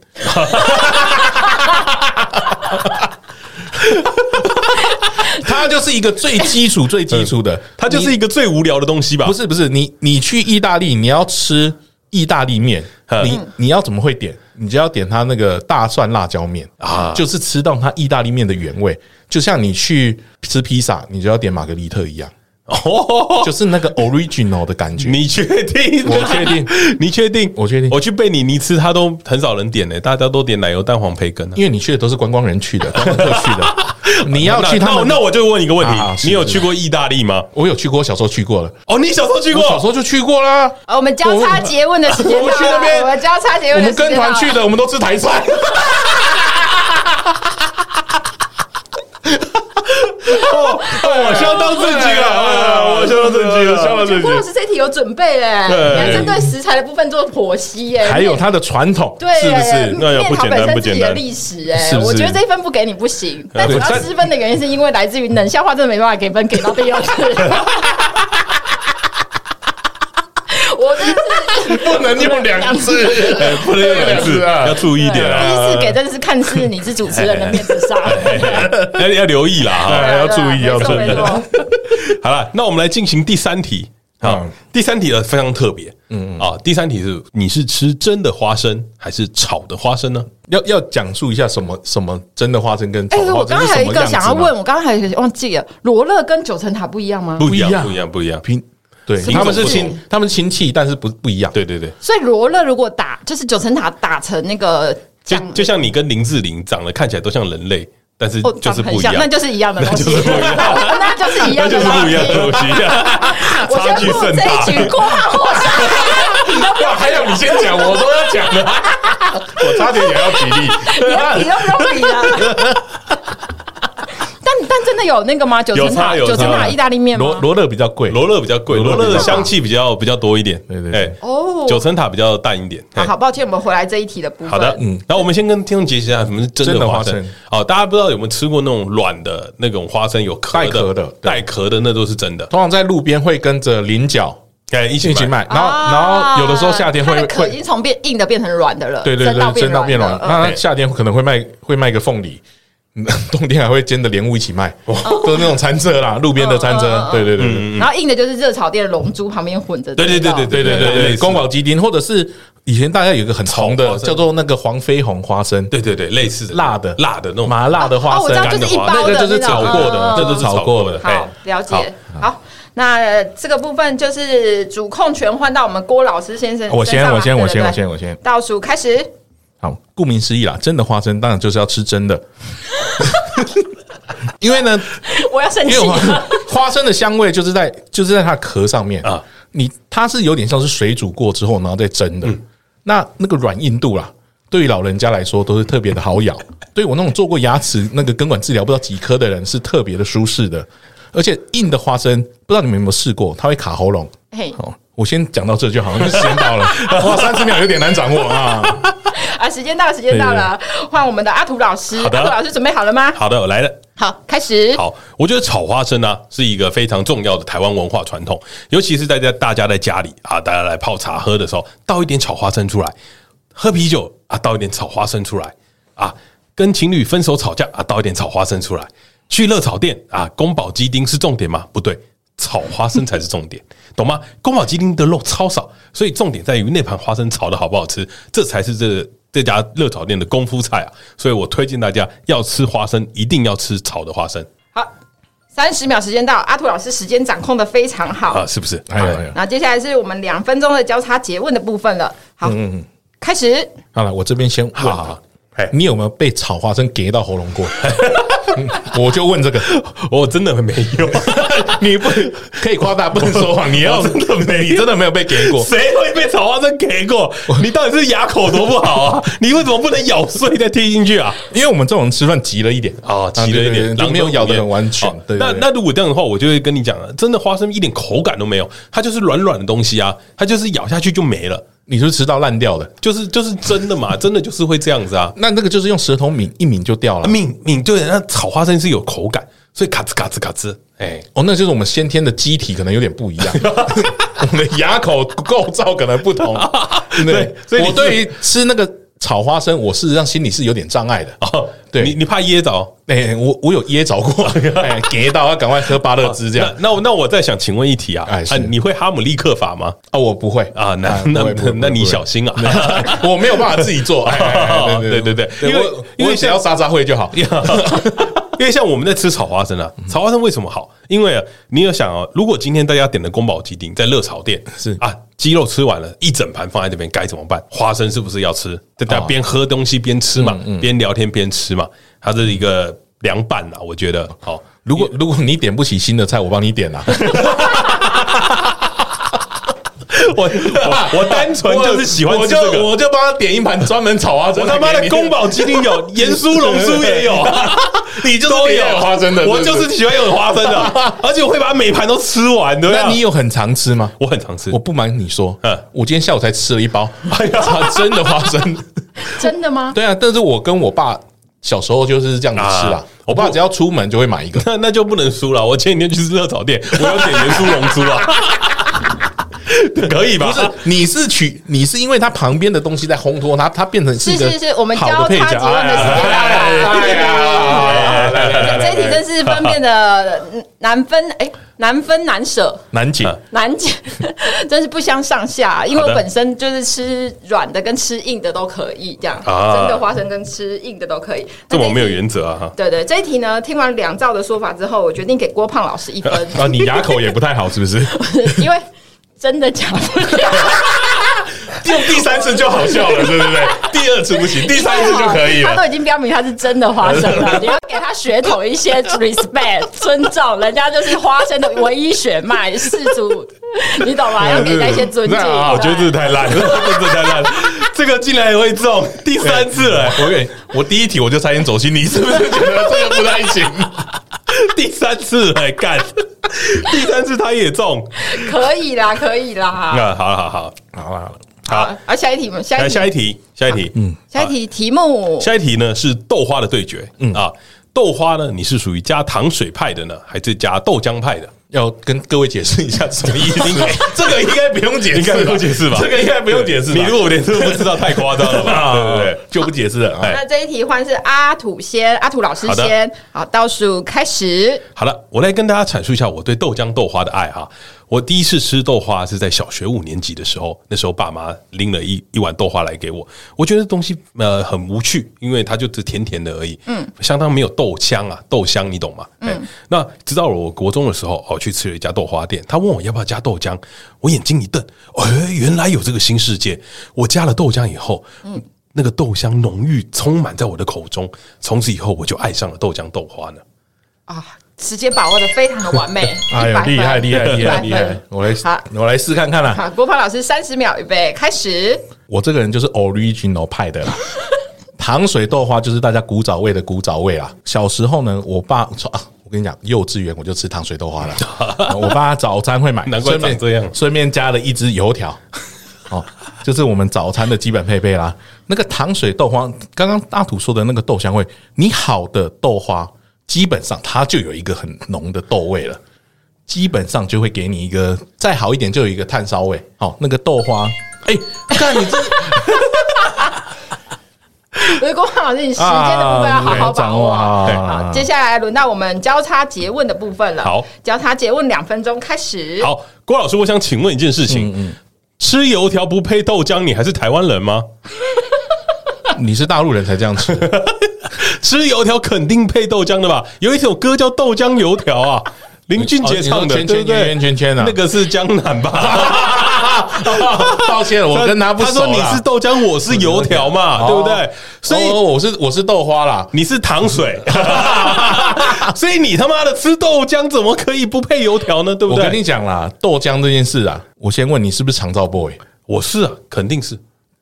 [SPEAKER 2] 它就是一个最基础、最基础的，
[SPEAKER 3] 它就是一个最无聊的东西吧？
[SPEAKER 2] 不，是不是，你你去意大利，你要吃意大利面，
[SPEAKER 3] 嗯
[SPEAKER 2] 你你要怎么会点？你就要点它那个大蒜辣椒面
[SPEAKER 3] 啊
[SPEAKER 2] 就是吃到它意大利面的原味，就像你去吃披萨，你就要点玛格丽特一样，
[SPEAKER 3] 哦，
[SPEAKER 2] 就是那个 original 的感觉。
[SPEAKER 3] 你确定？
[SPEAKER 2] 我确定，
[SPEAKER 3] [laughs] 你确定？
[SPEAKER 2] 我确定
[SPEAKER 3] 我去贝里尼吃，他都很少人点呢，欸大家都点奶油蛋黄培根啊。
[SPEAKER 2] 因为你去的都是观光人去
[SPEAKER 3] [laughs]
[SPEAKER 2] 的，观光客去的，你要去他
[SPEAKER 3] 那
[SPEAKER 2] 们
[SPEAKER 3] 那那我就问一个问
[SPEAKER 2] 啊啊是
[SPEAKER 3] 题：你有
[SPEAKER 2] 是
[SPEAKER 3] 去过意大利吗？
[SPEAKER 2] 我有去过，我小时候去过了，
[SPEAKER 3] 哦，你小时候去
[SPEAKER 2] 我
[SPEAKER 3] 过？
[SPEAKER 2] 小时候就去过啦。
[SPEAKER 4] 啊我们交叉结问的时间
[SPEAKER 2] 我们去那
[SPEAKER 4] 到
[SPEAKER 2] 边
[SPEAKER 4] 了，我们交叉结
[SPEAKER 2] 我
[SPEAKER 4] 问的
[SPEAKER 2] 们
[SPEAKER 4] 时间
[SPEAKER 2] 跟
[SPEAKER 4] 到了
[SPEAKER 2] 团去的，我们都吃台 [laughs] 菜。哦
[SPEAKER 3] 我相当震惊了，哎我相当震惊了，相当震
[SPEAKER 4] 郭老
[SPEAKER 3] 惊。
[SPEAKER 4] 师这题有准备嘞，你还针对食材的部分做剖析耶，
[SPEAKER 2] 还有它的传统，
[SPEAKER 4] 对
[SPEAKER 2] 是不
[SPEAKER 4] 耶
[SPEAKER 2] 是？
[SPEAKER 3] 那也
[SPEAKER 4] 面
[SPEAKER 3] 不
[SPEAKER 4] 条
[SPEAKER 3] 简
[SPEAKER 4] 本
[SPEAKER 3] 单
[SPEAKER 4] 身
[SPEAKER 3] 不
[SPEAKER 4] 自己
[SPEAKER 3] 简
[SPEAKER 4] 的
[SPEAKER 3] 单
[SPEAKER 4] 历史哎
[SPEAKER 2] 是，啊不
[SPEAKER 4] 我觉得
[SPEAKER 2] 是
[SPEAKER 4] 这一分不给你不行，但
[SPEAKER 3] 对
[SPEAKER 4] 主要
[SPEAKER 3] 但
[SPEAKER 4] 失分的原因是因为来自于冷笑话真的没办法给分，给到
[SPEAKER 2] [laughs]
[SPEAKER 4] 第二次。我真的是
[SPEAKER 2] 不能用两次，
[SPEAKER 3] 哎，不能有两次，要注意一
[SPEAKER 4] 对
[SPEAKER 3] 点
[SPEAKER 4] 第一
[SPEAKER 3] 啊
[SPEAKER 4] 次，给真的是看似你是主持人的面子
[SPEAKER 2] [laughs]
[SPEAKER 4] 上，
[SPEAKER 3] 哎要要留意啦，哈
[SPEAKER 2] 哎要注意
[SPEAKER 4] 对
[SPEAKER 2] 要注意哦
[SPEAKER 4] 没错没错
[SPEAKER 3] 好了，那我们来进行第三题啊
[SPEAKER 2] 嗯。
[SPEAKER 3] 第三题呢非常特别，嗯啊，第三题是你是吃真的花生还是炒的花生呢？
[SPEAKER 2] [laughs] 要要讲述一下什么什么真的花生跟
[SPEAKER 4] 哎
[SPEAKER 2] 炒，的
[SPEAKER 4] 我
[SPEAKER 2] 花生
[SPEAKER 4] 刚
[SPEAKER 2] 哦
[SPEAKER 4] 刚
[SPEAKER 2] 是
[SPEAKER 4] 还
[SPEAKER 2] 什
[SPEAKER 4] 有一
[SPEAKER 2] 么
[SPEAKER 4] 个
[SPEAKER 2] 样子
[SPEAKER 4] 想要
[SPEAKER 2] 吗
[SPEAKER 4] 问，我刚刚还有一个忘记了，罗勒跟九层塔不一样吗？
[SPEAKER 3] 不一
[SPEAKER 2] 不一
[SPEAKER 3] 样，
[SPEAKER 2] 样
[SPEAKER 3] 不一样，不一样。
[SPEAKER 2] 拼，对
[SPEAKER 4] 什么
[SPEAKER 2] 他们是
[SPEAKER 4] 不一样
[SPEAKER 2] 亲，他们亲戚，但是不不一样。
[SPEAKER 3] 对对对，
[SPEAKER 4] 所以罗勒如果打就是九层塔打成那个
[SPEAKER 3] 就
[SPEAKER 4] 酱，
[SPEAKER 3] 就像你跟林志玲长得看起来都像人类，但是
[SPEAKER 4] 哦
[SPEAKER 3] 就是
[SPEAKER 4] 长得
[SPEAKER 3] 不
[SPEAKER 4] 很
[SPEAKER 3] 一
[SPEAKER 4] 像，
[SPEAKER 3] 样，
[SPEAKER 4] 那就是一样的东西，
[SPEAKER 3] 那就是不一样
[SPEAKER 4] [laughs]
[SPEAKER 2] [laughs]
[SPEAKER 4] 那就是一
[SPEAKER 3] 那
[SPEAKER 4] 样
[SPEAKER 3] 就
[SPEAKER 4] 的
[SPEAKER 3] 是
[SPEAKER 4] 东
[SPEAKER 3] 不一样的
[SPEAKER 4] 西。
[SPEAKER 3] 东
[SPEAKER 4] [laughs]
[SPEAKER 3] 西。
[SPEAKER 4] 我
[SPEAKER 3] 差
[SPEAKER 4] 先
[SPEAKER 3] 距
[SPEAKER 4] 录
[SPEAKER 3] 甚
[SPEAKER 4] 这
[SPEAKER 3] 大
[SPEAKER 4] 一局，郭汉获
[SPEAKER 2] [laughs]
[SPEAKER 4] 胜，你都
[SPEAKER 2] [laughs]
[SPEAKER 4] 不
[SPEAKER 2] 哇，还有你先讲，我都要讲了，我差点也要举例。
[SPEAKER 4] 用，你都不用理了。 [laughs] 但但真的有那个吗？九层塔，
[SPEAKER 3] 有差有
[SPEAKER 4] 九
[SPEAKER 3] 差
[SPEAKER 4] 层塔意大利面
[SPEAKER 2] 罗
[SPEAKER 4] 吗？
[SPEAKER 2] 罗勒比较贵，
[SPEAKER 3] 罗勒比较贵，
[SPEAKER 2] 罗勒
[SPEAKER 3] 罗
[SPEAKER 2] 比较
[SPEAKER 3] 勒的香气比较比较多一点，
[SPEAKER 2] 对对对
[SPEAKER 3] 哎
[SPEAKER 4] 哦
[SPEAKER 3] 九层塔比较淡一点。
[SPEAKER 4] 好
[SPEAKER 3] 哎
[SPEAKER 4] 好，抱歉，我们回来这一题的部分。
[SPEAKER 3] 好的，嗯，然后我们先跟听众解释一下什么是真
[SPEAKER 2] 真
[SPEAKER 3] 的
[SPEAKER 2] 的
[SPEAKER 3] 花
[SPEAKER 2] 花
[SPEAKER 3] 生
[SPEAKER 2] 生。
[SPEAKER 3] 哦，大家不知道有没有吃过那种软的那种花生，有壳
[SPEAKER 2] 带壳的对
[SPEAKER 3] 带壳的那都是真的。
[SPEAKER 2] 通常在路边会跟着菱角
[SPEAKER 3] 哎，一起
[SPEAKER 2] 一起
[SPEAKER 3] 买。
[SPEAKER 2] 买，然后然后有的时候夏天
[SPEAKER 4] 啊它
[SPEAKER 2] 会
[SPEAKER 4] 的壳已
[SPEAKER 2] 会
[SPEAKER 4] 经从变硬的变成软的了，
[SPEAKER 2] 对对对，
[SPEAKER 4] 真
[SPEAKER 2] 真到变软，
[SPEAKER 4] 了。
[SPEAKER 2] 那夏天可能会卖会卖个凤梨。嗯 [laughs] 冬天还会煎的莲雾一起卖，
[SPEAKER 4] 哦
[SPEAKER 2] 都是那种餐车啦，路边的餐
[SPEAKER 4] 嗯
[SPEAKER 2] 车。对
[SPEAKER 3] 嗯
[SPEAKER 2] 对对对
[SPEAKER 4] 然后硬的就是热炒店的龙珠旁边混着的
[SPEAKER 3] 对
[SPEAKER 4] 那
[SPEAKER 3] 对
[SPEAKER 4] 种，
[SPEAKER 3] 对对
[SPEAKER 2] 嗯对对对
[SPEAKER 3] 类
[SPEAKER 2] 对，
[SPEAKER 3] 似
[SPEAKER 2] 宫保鸡丁，或者是以前大家有一个很红
[SPEAKER 3] 炒
[SPEAKER 2] 的
[SPEAKER 3] 花生
[SPEAKER 2] 叫做那个黄飞鸿花生，
[SPEAKER 3] 对对对，类似的
[SPEAKER 2] 辣的
[SPEAKER 3] 辣的那种。
[SPEAKER 2] 麻辣的花
[SPEAKER 4] 哦我知
[SPEAKER 2] 生
[SPEAKER 4] 道，
[SPEAKER 3] 干的
[SPEAKER 4] 就是一
[SPEAKER 3] 花
[SPEAKER 4] 包
[SPEAKER 2] 那个
[SPEAKER 4] 的
[SPEAKER 2] 就是
[SPEAKER 4] 那
[SPEAKER 2] 炒
[SPEAKER 4] 种
[SPEAKER 2] 过的
[SPEAKER 4] 嗯，
[SPEAKER 2] 这都是炒过的。
[SPEAKER 3] 哎
[SPEAKER 4] 好，了
[SPEAKER 3] 好
[SPEAKER 4] 解。好，那呃这个部分就是主控权换到我们郭老师先生身上啦。
[SPEAKER 2] 我先，我先，我先，
[SPEAKER 4] 对
[SPEAKER 2] 我
[SPEAKER 4] 不对
[SPEAKER 2] 先，我先。
[SPEAKER 4] 倒数开始。
[SPEAKER 2] 好，顾名思义啦，真的花生当然就是要吃真的， [laughs] 因为
[SPEAKER 4] [laughs]
[SPEAKER 2] 呢，
[SPEAKER 4] 我要生
[SPEAKER 2] 因
[SPEAKER 4] 气
[SPEAKER 2] 为
[SPEAKER 4] [laughs]
[SPEAKER 2] 花
[SPEAKER 4] 了。
[SPEAKER 2] 花生的香味就是在就是在它的壳上面
[SPEAKER 3] 啊
[SPEAKER 2] 啊，你它是有点像是水煮过之后然后再蒸
[SPEAKER 3] 嗯
[SPEAKER 2] 的，那那个软硬度啦，对于老人家来说都是特别的好咬，对我那种做过牙齿那个根管治疗不知道几颗的人是特别的舒适的，而且硬的花生不知道你们有没有试过，它会卡喉咙。
[SPEAKER 4] 嘿，
[SPEAKER 2] 哦，我先讲到这就好，因为时间到了，
[SPEAKER 3] [laughs]
[SPEAKER 2] 哇，三十秒有点难掌握啊。
[SPEAKER 4] 啊，时间到了，时间到了，换我们的阿图老师。
[SPEAKER 3] 好的
[SPEAKER 4] 阿图老师准备好了吗？
[SPEAKER 3] 好的，我来了。
[SPEAKER 4] 好，开始。
[SPEAKER 3] 好，我觉得炒花生呢、是一个非常重要的台湾文化传统，尤其是在家大家在家里啊，大家来泡茶喝的时候，倒一点炒花生出来；喝啤酒啊，倒一点炒花生出来啊；跟情侣分手吵架啊，倒一点炒花生出来；去热炒店啊，宫保鸡丁是重点吗？不对。炒花生才是重点， [laughs] 懂吗？宫保鸡丁的肉超少，所以重点在于那盘花生炒的好不好吃，这才是这这家热炒店的功夫菜啊，所以我推荐大家要吃花生，一定要吃炒的花生
[SPEAKER 4] 好，三十秒时间到，阿土老师时间掌控的非常好。
[SPEAKER 3] 啊，是不是？
[SPEAKER 2] 哎呦哎呦，
[SPEAKER 4] 然后接下来是我们两分钟的交叉诘问的部分了。
[SPEAKER 2] 嗯
[SPEAKER 4] 好，开始。
[SPEAKER 2] 好了，我这边先问
[SPEAKER 3] 好好好
[SPEAKER 2] 啊，
[SPEAKER 3] 哎，
[SPEAKER 2] 你有没有被炒花生给到喉咙过？
[SPEAKER 3] [laughs]
[SPEAKER 2] 嗯我就问这个，
[SPEAKER 3] 我哦真的没有，
[SPEAKER 2] 你不可以夸大，不能说谎。你 [laughs] 要
[SPEAKER 3] 我真的没有
[SPEAKER 2] 你真的没有被给过。
[SPEAKER 3] [laughs] 谁会被炒花生给过？你到底是牙口多不好 [laughs] 啊？你为什么不能咬碎再踢进去啊？
[SPEAKER 2] [laughs] 因为我们这种人吃饭急了一点啊
[SPEAKER 3] 哦，急了一点，
[SPEAKER 2] 然
[SPEAKER 3] 狼
[SPEAKER 2] 后没有
[SPEAKER 3] 吞虎
[SPEAKER 2] 咬得
[SPEAKER 3] 咽
[SPEAKER 2] 很完全
[SPEAKER 3] 哦。
[SPEAKER 2] 对，
[SPEAKER 3] 那
[SPEAKER 2] 对
[SPEAKER 3] 那如果这样的话，我就会跟你讲了，真的花生一点口感都没有，它就是软软的东西啊，它就是咬下去就没了，
[SPEAKER 2] 你就吃到烂掉的，
[SPEAKER 3] 就是就是真的嘛， [laughs] 真的就是会这样子啊。
[SPEAKER 2] 那那个就是用舌头抿一抿就掉了。
[SPEAKER 3] 敏敏对，那炒花生是有口感，所以咔吱咔吱咔吱，哎，
[SPEAKER 2] 哦，那就是我们先天的机体可能有点不一样，我们的牙口构造可能不同。对
[SPEAKER 3] 对，所以你
[SPEAKER 2] 我对于吃那个炒花生，我事实上心里是有点障碍的。
[SPEAKER 3] 哦，
[SPEAKER 2] 对
[SPEAKER 3] 你你怕噎着？哦
[SPEAKER 2] 哎，我我有噎着过，哎，噎到要赶快喝巴乐汁
[SPEAKER 3] [laughs]
[SPEAKER 2] 这样。
[SPEAKER 3] 那那我那我再想请问一题啊，
[SPEAKER 2] 哎是
[SPEAKER 3] 啊，你会哈姆立克法吗？
[SPEAKER 2] 啊，我不会
[SPEAKER 3] 啊，那
[SPEAKER 2] 哎
[SPEAKER 3] 那
[SPEAKER 2] 不会不会
[SPEAKER 3] 那那你
[SPEAKER 2] 不会
[SPEAKER 3] 小心啊！
[SPEAKER 2] [laughs] 我没有办法自己 [laughs] 做。哎哎哎
[SPEAKER 3] [laughs] 对对对因为
[SPEAKER 2] 我
[SPEAKER 3] 因为
[SPEAKER 2] 我只要
[SPEAKER 3] 像
[SPEAKER 2] 渣渣会就好。
[SPEAKER 3] [laughs] 因为像我们在吃炒花生啊，炒花生为什么好？因为啊你有想啊，如果今天大家点的宫保鸡丁在热炒 [laughs] 店
[SPEAKER 2] 是
[SPEAKER 3] 啊，鸡肉吃完了，一整盘放在这边该怎么办？花生是不是要吃？大家
[SPEAKER 2] 哦
[SPEAKER 3] 边喝东西边吃嘛，边聊天边吃嘛，它是一个凉拌啊，我觉得好。
[SPEAKER 2] 如果如果你点不起新的菜，我帮你点啊 [laughs] 啦。
[SPEAKER 3] [laughs] 我 [laughs] 我我单纯就是喜欢
[SPEAKER 2] 我
[SPEAKER 3] 吃
[SPEAKER 2] 就
[SPEAKER 3] 这个。
[SPEAKER 2] 我就帮他点一盘专门炒花生。
[SPEAKER 3] 我他妈的
[SPEAKER 2] 给你
[SPEAKER 3] 宫保鸡丁 [laughs] 有，盐酥龙酥也 [laughs] 有，
[SPEAKER 2] 你就是
[SPEAKER 3] 都
[SPEAKER 2] 别
[SPEAKER 3] 有
[SPEAKER 2] 有花生的，
[SPEAKER 3] 我
[SPEAKER 2] 是
[SPEAKER 3] 就
[SPEAKER 2] 不
[SPEAKER 3] 是喜欢有花生的，而且我会把每盘都吃完的。
[SPEAKER 2] 那你有很常吃吗？
[SPEAKER 3] 我很常吃
[SPEAKER 2] 我，不瞒你说
[SPEAKER 3] 嗯，
[SPEAKER 2] 我今天下午才吃了一包
[SPEAKER 3] 哎呀
[SPEAKER 2] 炒 [laughs] 真的花生。
[SPEAKER 4] 真的吗？
[SPEAKER 2] 对啊，但是我跟我爸小时候就是这样子吃啦
[SPEAKER 3] 啊。
[SPEAKER 2] 我爸只要出门就会买一个。
[SPEAKER 3] 那那就不能输了。我前几天去吃热炒店，我要点盐酥龙酥啊，可以吧？
[SPEAKER 2] [laughs] 不是，你是取，你是因为它旁边的东西在烘托它，它变成是一
[SPEAKER 4] 是
[SPEAKER 2] 个
[SPEAKER 4] 是是，我们
[SPEAKER 2] 好
[SPEAKER 4] 交
[SPEAKER 2] 的配
[SPEAKER 4] 叉
[SPEAKER 2] 角。
[SPEAKER 4] 诘问的时间到
[SPEAKER 2] 哎哎
[SPEAKER 4] 了。
[SPEAKER 2] 哎呀来来来
[SPEAKER 4] 这一题真是分辨的
[SPEAKER 3] [laughs]
[SPEAKER 4] 难分，哎，难分难舍。
[SPEAKER 2] 难解
[SPEAKER 3] 啊
[SPEAKER 4] 难 [laughs] 解，真是不相上下。啊因为
[SPEAKER 3] 好
[SPEAKER 4] 我
[SPEAKER 3] 的
[SPEAKER 4] 本身就是吃软的跟吃硬的都可以，这样
[SPEAKER 3] 啊
[SPEAKER 4] 真的花生跟吃硬的都可以。
[SPEAKER 3] 这
[SPEAKER 4] 那
[SPEAKER 3] 么
[SPEAKER 4] 一
[SPEAKER 3] 没有
[SPEAKER 4] 题
[SPEAKER 3] 原则啊！哈
[SPEAKER 4] 对对，这一题呢，听完梁兆的说法之后，我决定给郭胖老师一分， [laughs]
[SPEAKER 2] 啊！你牙口也不太好，是不是？
[SPEAKER 4] 因为真的假的，
[SPEAKER 2] 用第三次就好笑了，对不对？第二次不行，第三次就可以
[SPEAKER 4] [laughs] 他
[SPEAKER 2] 了。
[SPEAKER 4] 都已经标明他是真的花生了，你要给他血统一些
[SPEAKER 2] [laughs]
[SPEAKER 4] respect 尊重，人家就是花生的唯一血脉氏族，你懂
[SPEAKER 2] [laughs]
[SPEAKER 4] 吗？要给人家一些尊敬。
[SPEAKER 2] 那啊
[SPEAKER 3] 我觉得这太
[SPEAKER 4] [laughs]
[SPEAKER 3] 烂了，这太烂了，这个竟然也会中第三次了、
[SPEAKER 2] 我给我第一题我就差点走心，你是不是觉得这个不太行？
[SPEAKER 3] 第三次了、干，第三次他也中。
[SPEAKER 4] 对可以啦，可以啦。
[SPEAKER 3] 那好了好好
[SPEAKER 2] [laughs] 好了，好了
[SPEAKER 3] 好，
[SPEAKER 4] 啊，下一题嘛，下
[SPEAKER 3] 来
[SPEAKER 4] 一题
[SPEAKER 3] 下，一题，下一题，嗯，
[SPEAKER 4] 下一题题目
[SPEAKER 3] 下一题呢是豆花的对决，嗯啊，豆花呢你是属于加糖水派的呢，还是加豆浆派的？
[SPEAKER 2] 要跟各位解释一下什么意思
[SPEAKER 3] 应该。
[SPEAKER 2] 这个应该不用解释吧，
[SPEAKER 3] 应该不用解释吧啊
[SPEAKER 2] 这个应该不用解释吧。啊
[SPEAKER 3] 你如果连这都不知道，太夸张了 [laughs] 吧？对不对？
[SPEAKER 2] 就不解释了。哎，
[SPEAKER 4] 那这一题换是阿土先，阿土老师
[SPEAKER 3] 好的
[SPEAKER 4] 先。好，倒数开始。
[SPEAKER 3] 好了，我来跟大家阐述一下我对豆浆豆花的爱哈。我第一次吃豆花是在小学五年级的时候，那时候爸妈拎了一一碗豆花来给我，我觉得东西呃很无趣，因为它就只甜甜的而已，嗯，相当没有豆香啊，豆香你懂吗？嗯，那直到我国中的时候，哦，去吃了一家豆花店，他问我要不要加豆浆，我眼睛一瞪，哎，原来有这个新世界。我加了豆浆以后，嗯。那个豆香浓郁，充满在我的口中。从此以后，我就爱上了豆浆豆花呢。
[SPEAKER 4] 啊，时间把握的非常的完美，
[SPEAKER 2] [laughs] 哎
[SPEAKER 4] 一
[SPEAKER 2] 呦
[SPEAKER 4] 百，分
[SPEAKER 2] 厉害厉害厉害厉！
[SPEAKER 4] 100
[SPEAKER 2] 害
[SPEAKER 4] 分！
[SPEAKER 2] 我来
[SPEAKER 4] 好，
[SPEAKER 2] 我来试看看啦。
[SPEAKER 4] 好，郭胖老师三十秒，预备，开始。
[SPEAKER 2] 我这个人就是 original 派
[SPEAKER 3] [laughs]
[SPEAKER 2] 的啦。糖水豆花就是大家古早味的古早味啦。小时候呢，我爸从啊，我跟你讲，幼稚园我就吃糖水豆花
[SPEAKER 3] [laughs]
[SPEAKER 2] 了。我爸早餐会买，
[SPEAKER 3] 难怪
[SPEAKER 2] 顺便
[SPEAKER 3] 长这样
[SPEAKER 2] 顺便加了一只油条。哦，就是我们早餐的基本配备啦。那个糖水豆花，刚刚大土说的那个豆香味，你好的豆花基本上它就有一个很浓的豆味了，基本上就会给你一个再好一点就有一个炭烧味。哦，那个豆花，哎、看你这
[SPEAKER 4] 所以郭胖老师，你时间的部分要好好把握。
[SPEAKER 2] 啊对掌握好
[SPEAKER 4] 好，接下来轮到我们交叉诘问的部分了。
[SPEAKER 3] 好，
[SPEAKER 4] 交叉诘问两分钟，开始。
[SPEAKER 3] 好，郭老师，我想请问一件事情：吃油条不配豆浆，你还是台湾人吗？
[SPEAKER 2] 你是大陆人才这样吃，
[SPEAKER 3] 吃油条肯定配豆浆的吧？有一首歌叫《豆浆油条》啊，林俊杰唱的，
[SPEAKER 2] 哦你说圈圈
[SPEAKER 3] 对不对？
[SPEAKER 2] 圆圆圈圈啊
[SPEAKER 3] 那个是江南吧？
[SPEAKER 2] 抱歉了，我跟他不熟
[SPEAKER 3] 他说你
[SPEAKER 2] 啦
[SPEAKER 3] 是豆浆，我是油条嘛，
[SPEAKER 2] 哦
[SPEAKER 3] 对不对？所以
[SPEAKER 2] 哦我是我是豆花啦，
[SPEAKER 3] 你是
[SPEAKER 2] [laughs]
[SPEAKER 3] 糖水， [laughs] 所以你他妈的吃豆浆怎么可以不配油条呢？对不
[SPEAKER 2] 我
[SPEAKER 3] 对？
[SPEAKER 2] 跟你讲啦，豆浆这件事啊，我先问你是不是长照 boy？
[SPEAKER 3] 我是啊，肯定是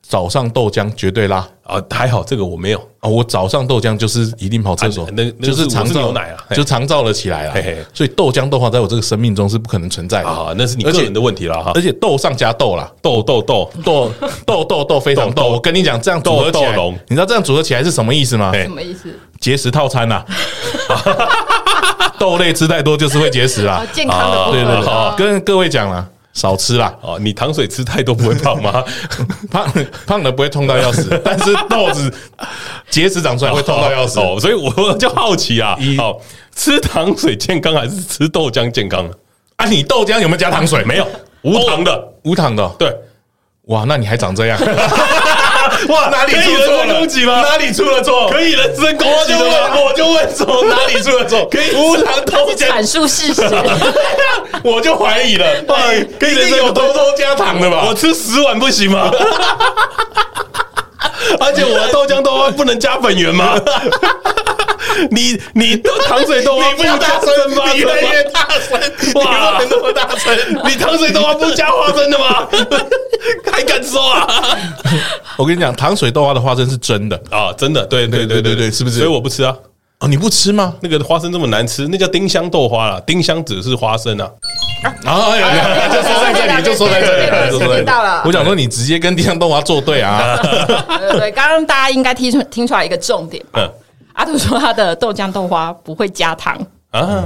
[SPEAKER 2] 早上豆浆绝对啦。
[SPEAKER 3] 啊，还好这个我没有。
[SPEAKER 2] 啊、我早上豆浆就是一定跑厕所，
[SPEAKER 3] 啊那那个
[SPEAKER 2] 就是
[SPEAKER 3] 是
[SPEAKER 2] 长
[SPEAKER 3] 我是
[SPEAKER 2] 照
[SPEAKER 3] 牛奶啊嘿
[SPEAKER 2] 就长照了起来
[SPEAKER 3] 嘿嘿
[SPEAKER 2] 了。所以豆浆豆花在我这个生命中是不可能存在的
[SPEAKER 3] 啊，那是你
[SPEAKER 2] 而
[SPEAKER 3] 个
[SPEAKER 2] 且
[SPEAKER 3] 人的问题了哈
[SPEAKER 2] 而。且豆上加豆啦，
[SPEAKER 3] 豆豆豆，
[SPEAKER 2] 豆豆豆豆非常豆。
[SPEAKER 3] 豆豆
[SPEAKER 2] 我跟你讲，这样组合起来
[SPEAKER 3] 豆豆龙
[SPEAKER 2] 你知道这样组合起来是什么意思吗？
[SPEAKER 3] 嘿
[SPEAKER 4] 什么意思？
[SPEAKER 2] 节食套餐呐、啊， [laughs] 豆类吃太多就是会节食啊
[SPEAKER 4] 啊，。健康的部
[SPEAKER 2] 对
[SPEAKER 4] 分
[SPEAKER 2] 对哦
[SPEAKER 4] 啊
[SPEAKER 2] 对，跟各位讲啦，少吃啦，
[SPEAKER 3] 哦，你糖水吃太多不会胖
[SPEAKER 2] [laughs]
[SPEAKER 3] 吗？
[SPEAKER 2] 胖胖了不会痛到要死， [laughs] 但是豆子结石长出来会痛到要死。
[SPEAKER 3] 哦，所以我就好奇啊
[SPEAKER 2] 一，
[SPEAKER 3] 好吃糖水健康还是吃豆浆健康？
[SPEAKER 2] 啊，你豆浆有没有加糖水？没有，
[SPEAKER 3] 无糖的，
[SPEAKER 2] 无糖的哦。
[SPEAKER 3] 对，
[SPEAKER 2] 哇，那你还长 [laughs] 这样？
[SPEAKER 3] 哇，
[SPEAKER 2] 哪里
[SPEAKER 3] 可以
[SPEAKER 2] 出
[SPEAKER 3] 人
[SPEAKER 2] 错
[SPEAKER 3] 身
[SPEAKER 2] 了
[SPEAKER 3] 攻击吗？
[SPEAKER 2] 哪里出了错？
[SPEAKER 3] 可以人身攻
[SPEAKER 2] 我
[SPEAKER 3] 击
[SPEAKER 2] 就
[SPEAKER 3] 的吗？
[SPEAKER 2] 问，我就问说 [laughs] 哪里出了错？可以无糖豆浆，
[SPEAKER 4] 阐述事实，
[SPEAKER 2] 我就怀疑了。
[SPEAKER 3] 哎
[SPEAKER 2] 可以
[SPEAKER 3] 一定
[SPEAKER 2] 有
[SPEAKER 3] 有
[SPEAKER 2] 偷偷加糖的吧
[SPEAKER 3] 我？吃十碗不行 [laughs] 吗？而且我的豆浆豆花不能加粉圆吗？你你的糖水豆花
[SPEAKER 2] 你不要
[SPEAKER 3] 加
[SPEAKER 2] 大
[SPEAKER 3] 生
[SPEAKER 2] 声
[SPEAKER 3] 吗？
[SPEAKER 2] 你越来越大声，
[SPEAKER 3] 哇
[SPEAKER 2] 哇，那么大声！
[SPEAKER 3] 你糖水豆花不加花生的吗？还敢说啊？
[SPEAKER 2] 我跟你讲，糖水豆花的花生是真的
[SPEAKER 3] 啊，真的，对对
[SPEAKER 2] 对对
[SPEAKER 3] 对对
[SPEAKER 2] 对
[SPEAKER 3] 对，
[SPEAKER 2] 是不是
[SPEAKER 3] 所以我不吃啊。
[SPEAKER 2] 哦，你不吃吗？
[SPEAKER 3] 那个花生这么难吃，那叫丁香豆花啦。丁香只是花生啊，
[SPEAKER 2] 啊，哎呀就说在这里，就说在这里
[SPEAKER 4] 对对对
[SPEAKER 2] 就说在这
[SPEAKER 4] 对
[SPEAKER 2] 里
[SPEAKER 4] 对，到了
[SPEAKER 2] 我想说，你直接跟地上动画作对 [laughs] 啊！
[SPEAKER 4] 对对对，刚刚大家应该听出听出来一个重点吧。
[SPEAKER 3] 嗯
[SPEAKER 4] 阿土说他的豆浆豆花不会加糖，
[SPEAKER 3] 啊，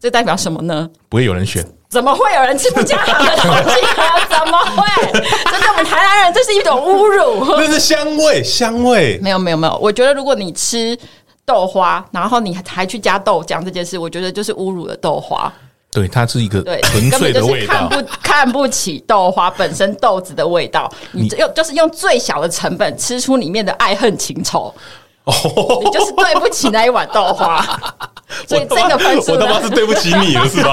[SPEAKER 4] 这代表什么呢？
[SPEAKER 2] 不会有人选，
[SPEAKER 4] 怎么会有人吃不加糖的东西
[SPEAKER 2] [laughs]
[SPEAKER 4] 呢？怎么会？这对我们台南人这是一种侮辱。
[SPEAKER 3] 那是香味，香味。
[SPEAKER 4] 没有没有没有，我觉得如果你吃豆花，然后你还去加豆浆这件事，我觉得就是侮辱了豆花。
[SPEAKER 2] 对，它是一个
[SPEAKER 4] 对，
[SPEAKER 2] 纯粹
[SPEAKER 4] 根本
[SPEAKER 2] 的
[SPEAKER 4] 就是
[SPEAKER 2] 味道
[SPEAKER 4] 看不。看不起豆花本身豆子的味道，你用就是用最小的成本吃出里面的爱恨情仇，
[SPEAKER 3] 哦
[SPEAKER 4] 你就是对不起那一碗豆
[SPEAKER 3] [laughs]
[SPEAKER 4] 花。所以这个分数
[SPEAKER 3] 我他妈
[SPEAKER 4] 呢
[SPEAKER 3] 是，对不起你了，是吧？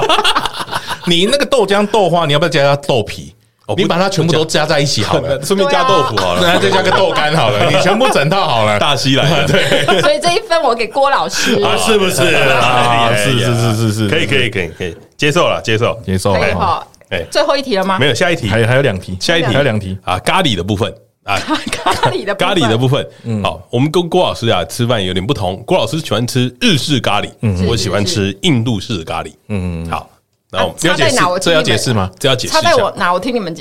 [SPEAKER 3] [laughs]
[SPEAKER 2] 你那个豆浆豆花，你要不要加加豆皮
[SPEAKER 3] 哦？不，
[SPEAKER 2] 你把它全部都加在一起好了
[SPEAKER 3] 顺便加豆腐好了，
[SPEAKER 2] 那再加个豆干好
[SPEAKER 3] [laughs]
[SPEAKER 2] 了，你全部整套好了。
[SPEAKER 3] 大西来的， [laughs] 对
[SPEAKER 4] 啊所以这一分我给郭
[SPEAKER 3] [laughs]
[SPEAKER 4] 老师。
[SPEAKER 3] 是不
[SPEAKER 2] [laughs]
[SPEAKER 3] 是哎
[SPEAKER 2] 啊是是是是是
[SPEAKER 3] 可以可以可以可以，接受了接受。
[SPEAKER 2] 接受
[SPEAKER 4] 可以
[SPEAKER 2] 了，
[SPEAKER 4] 哈
[SPEAKER 3] 哎，
[SPEAKER 4] 最后一题了吗？
[SPEAKER 3] 没有下一题
[SPEAKER 2] 还有还有两题，
[SPEAKER 3] 下一题
[SPEAKER 2] 啊还有两题。
[SPEAKER 3] 啊，咖喱的部分啊，
[SPEAKER 4] [laughs] [laughs] 咖喱的部
[SPEAKER 3] 咖
[SPEAKER 4] 分
[SPEAKER 3] 喱的部分，
[SPEAKER 2] 嗯
[SPEAKER 3] 好，我们跟郭老师啊吃饭有点不同，郭老师喜欢吃日式咖喱，
[SPEAKER 2] 嗯
[SPEAKER 3] 我喜欢吃印度式的咖喱，嗯，好，那我们
[SPEAKER 4] 啊
[SPEAKER 2] 这要解
[SPEAKER 4] 插
[SPEAKER 2] 释
[SPEAKER 4] 在哪我，
[SPEAKER 2] 这要解释吗？
[SPEAKER 3] 这要解释
[SPEAKER 4] 差
[SPEAKER 3] 一
[SPEAKER 4] 在我
[SPEAKER 3] 下，
[SPEAKER 4] 哪？我听你们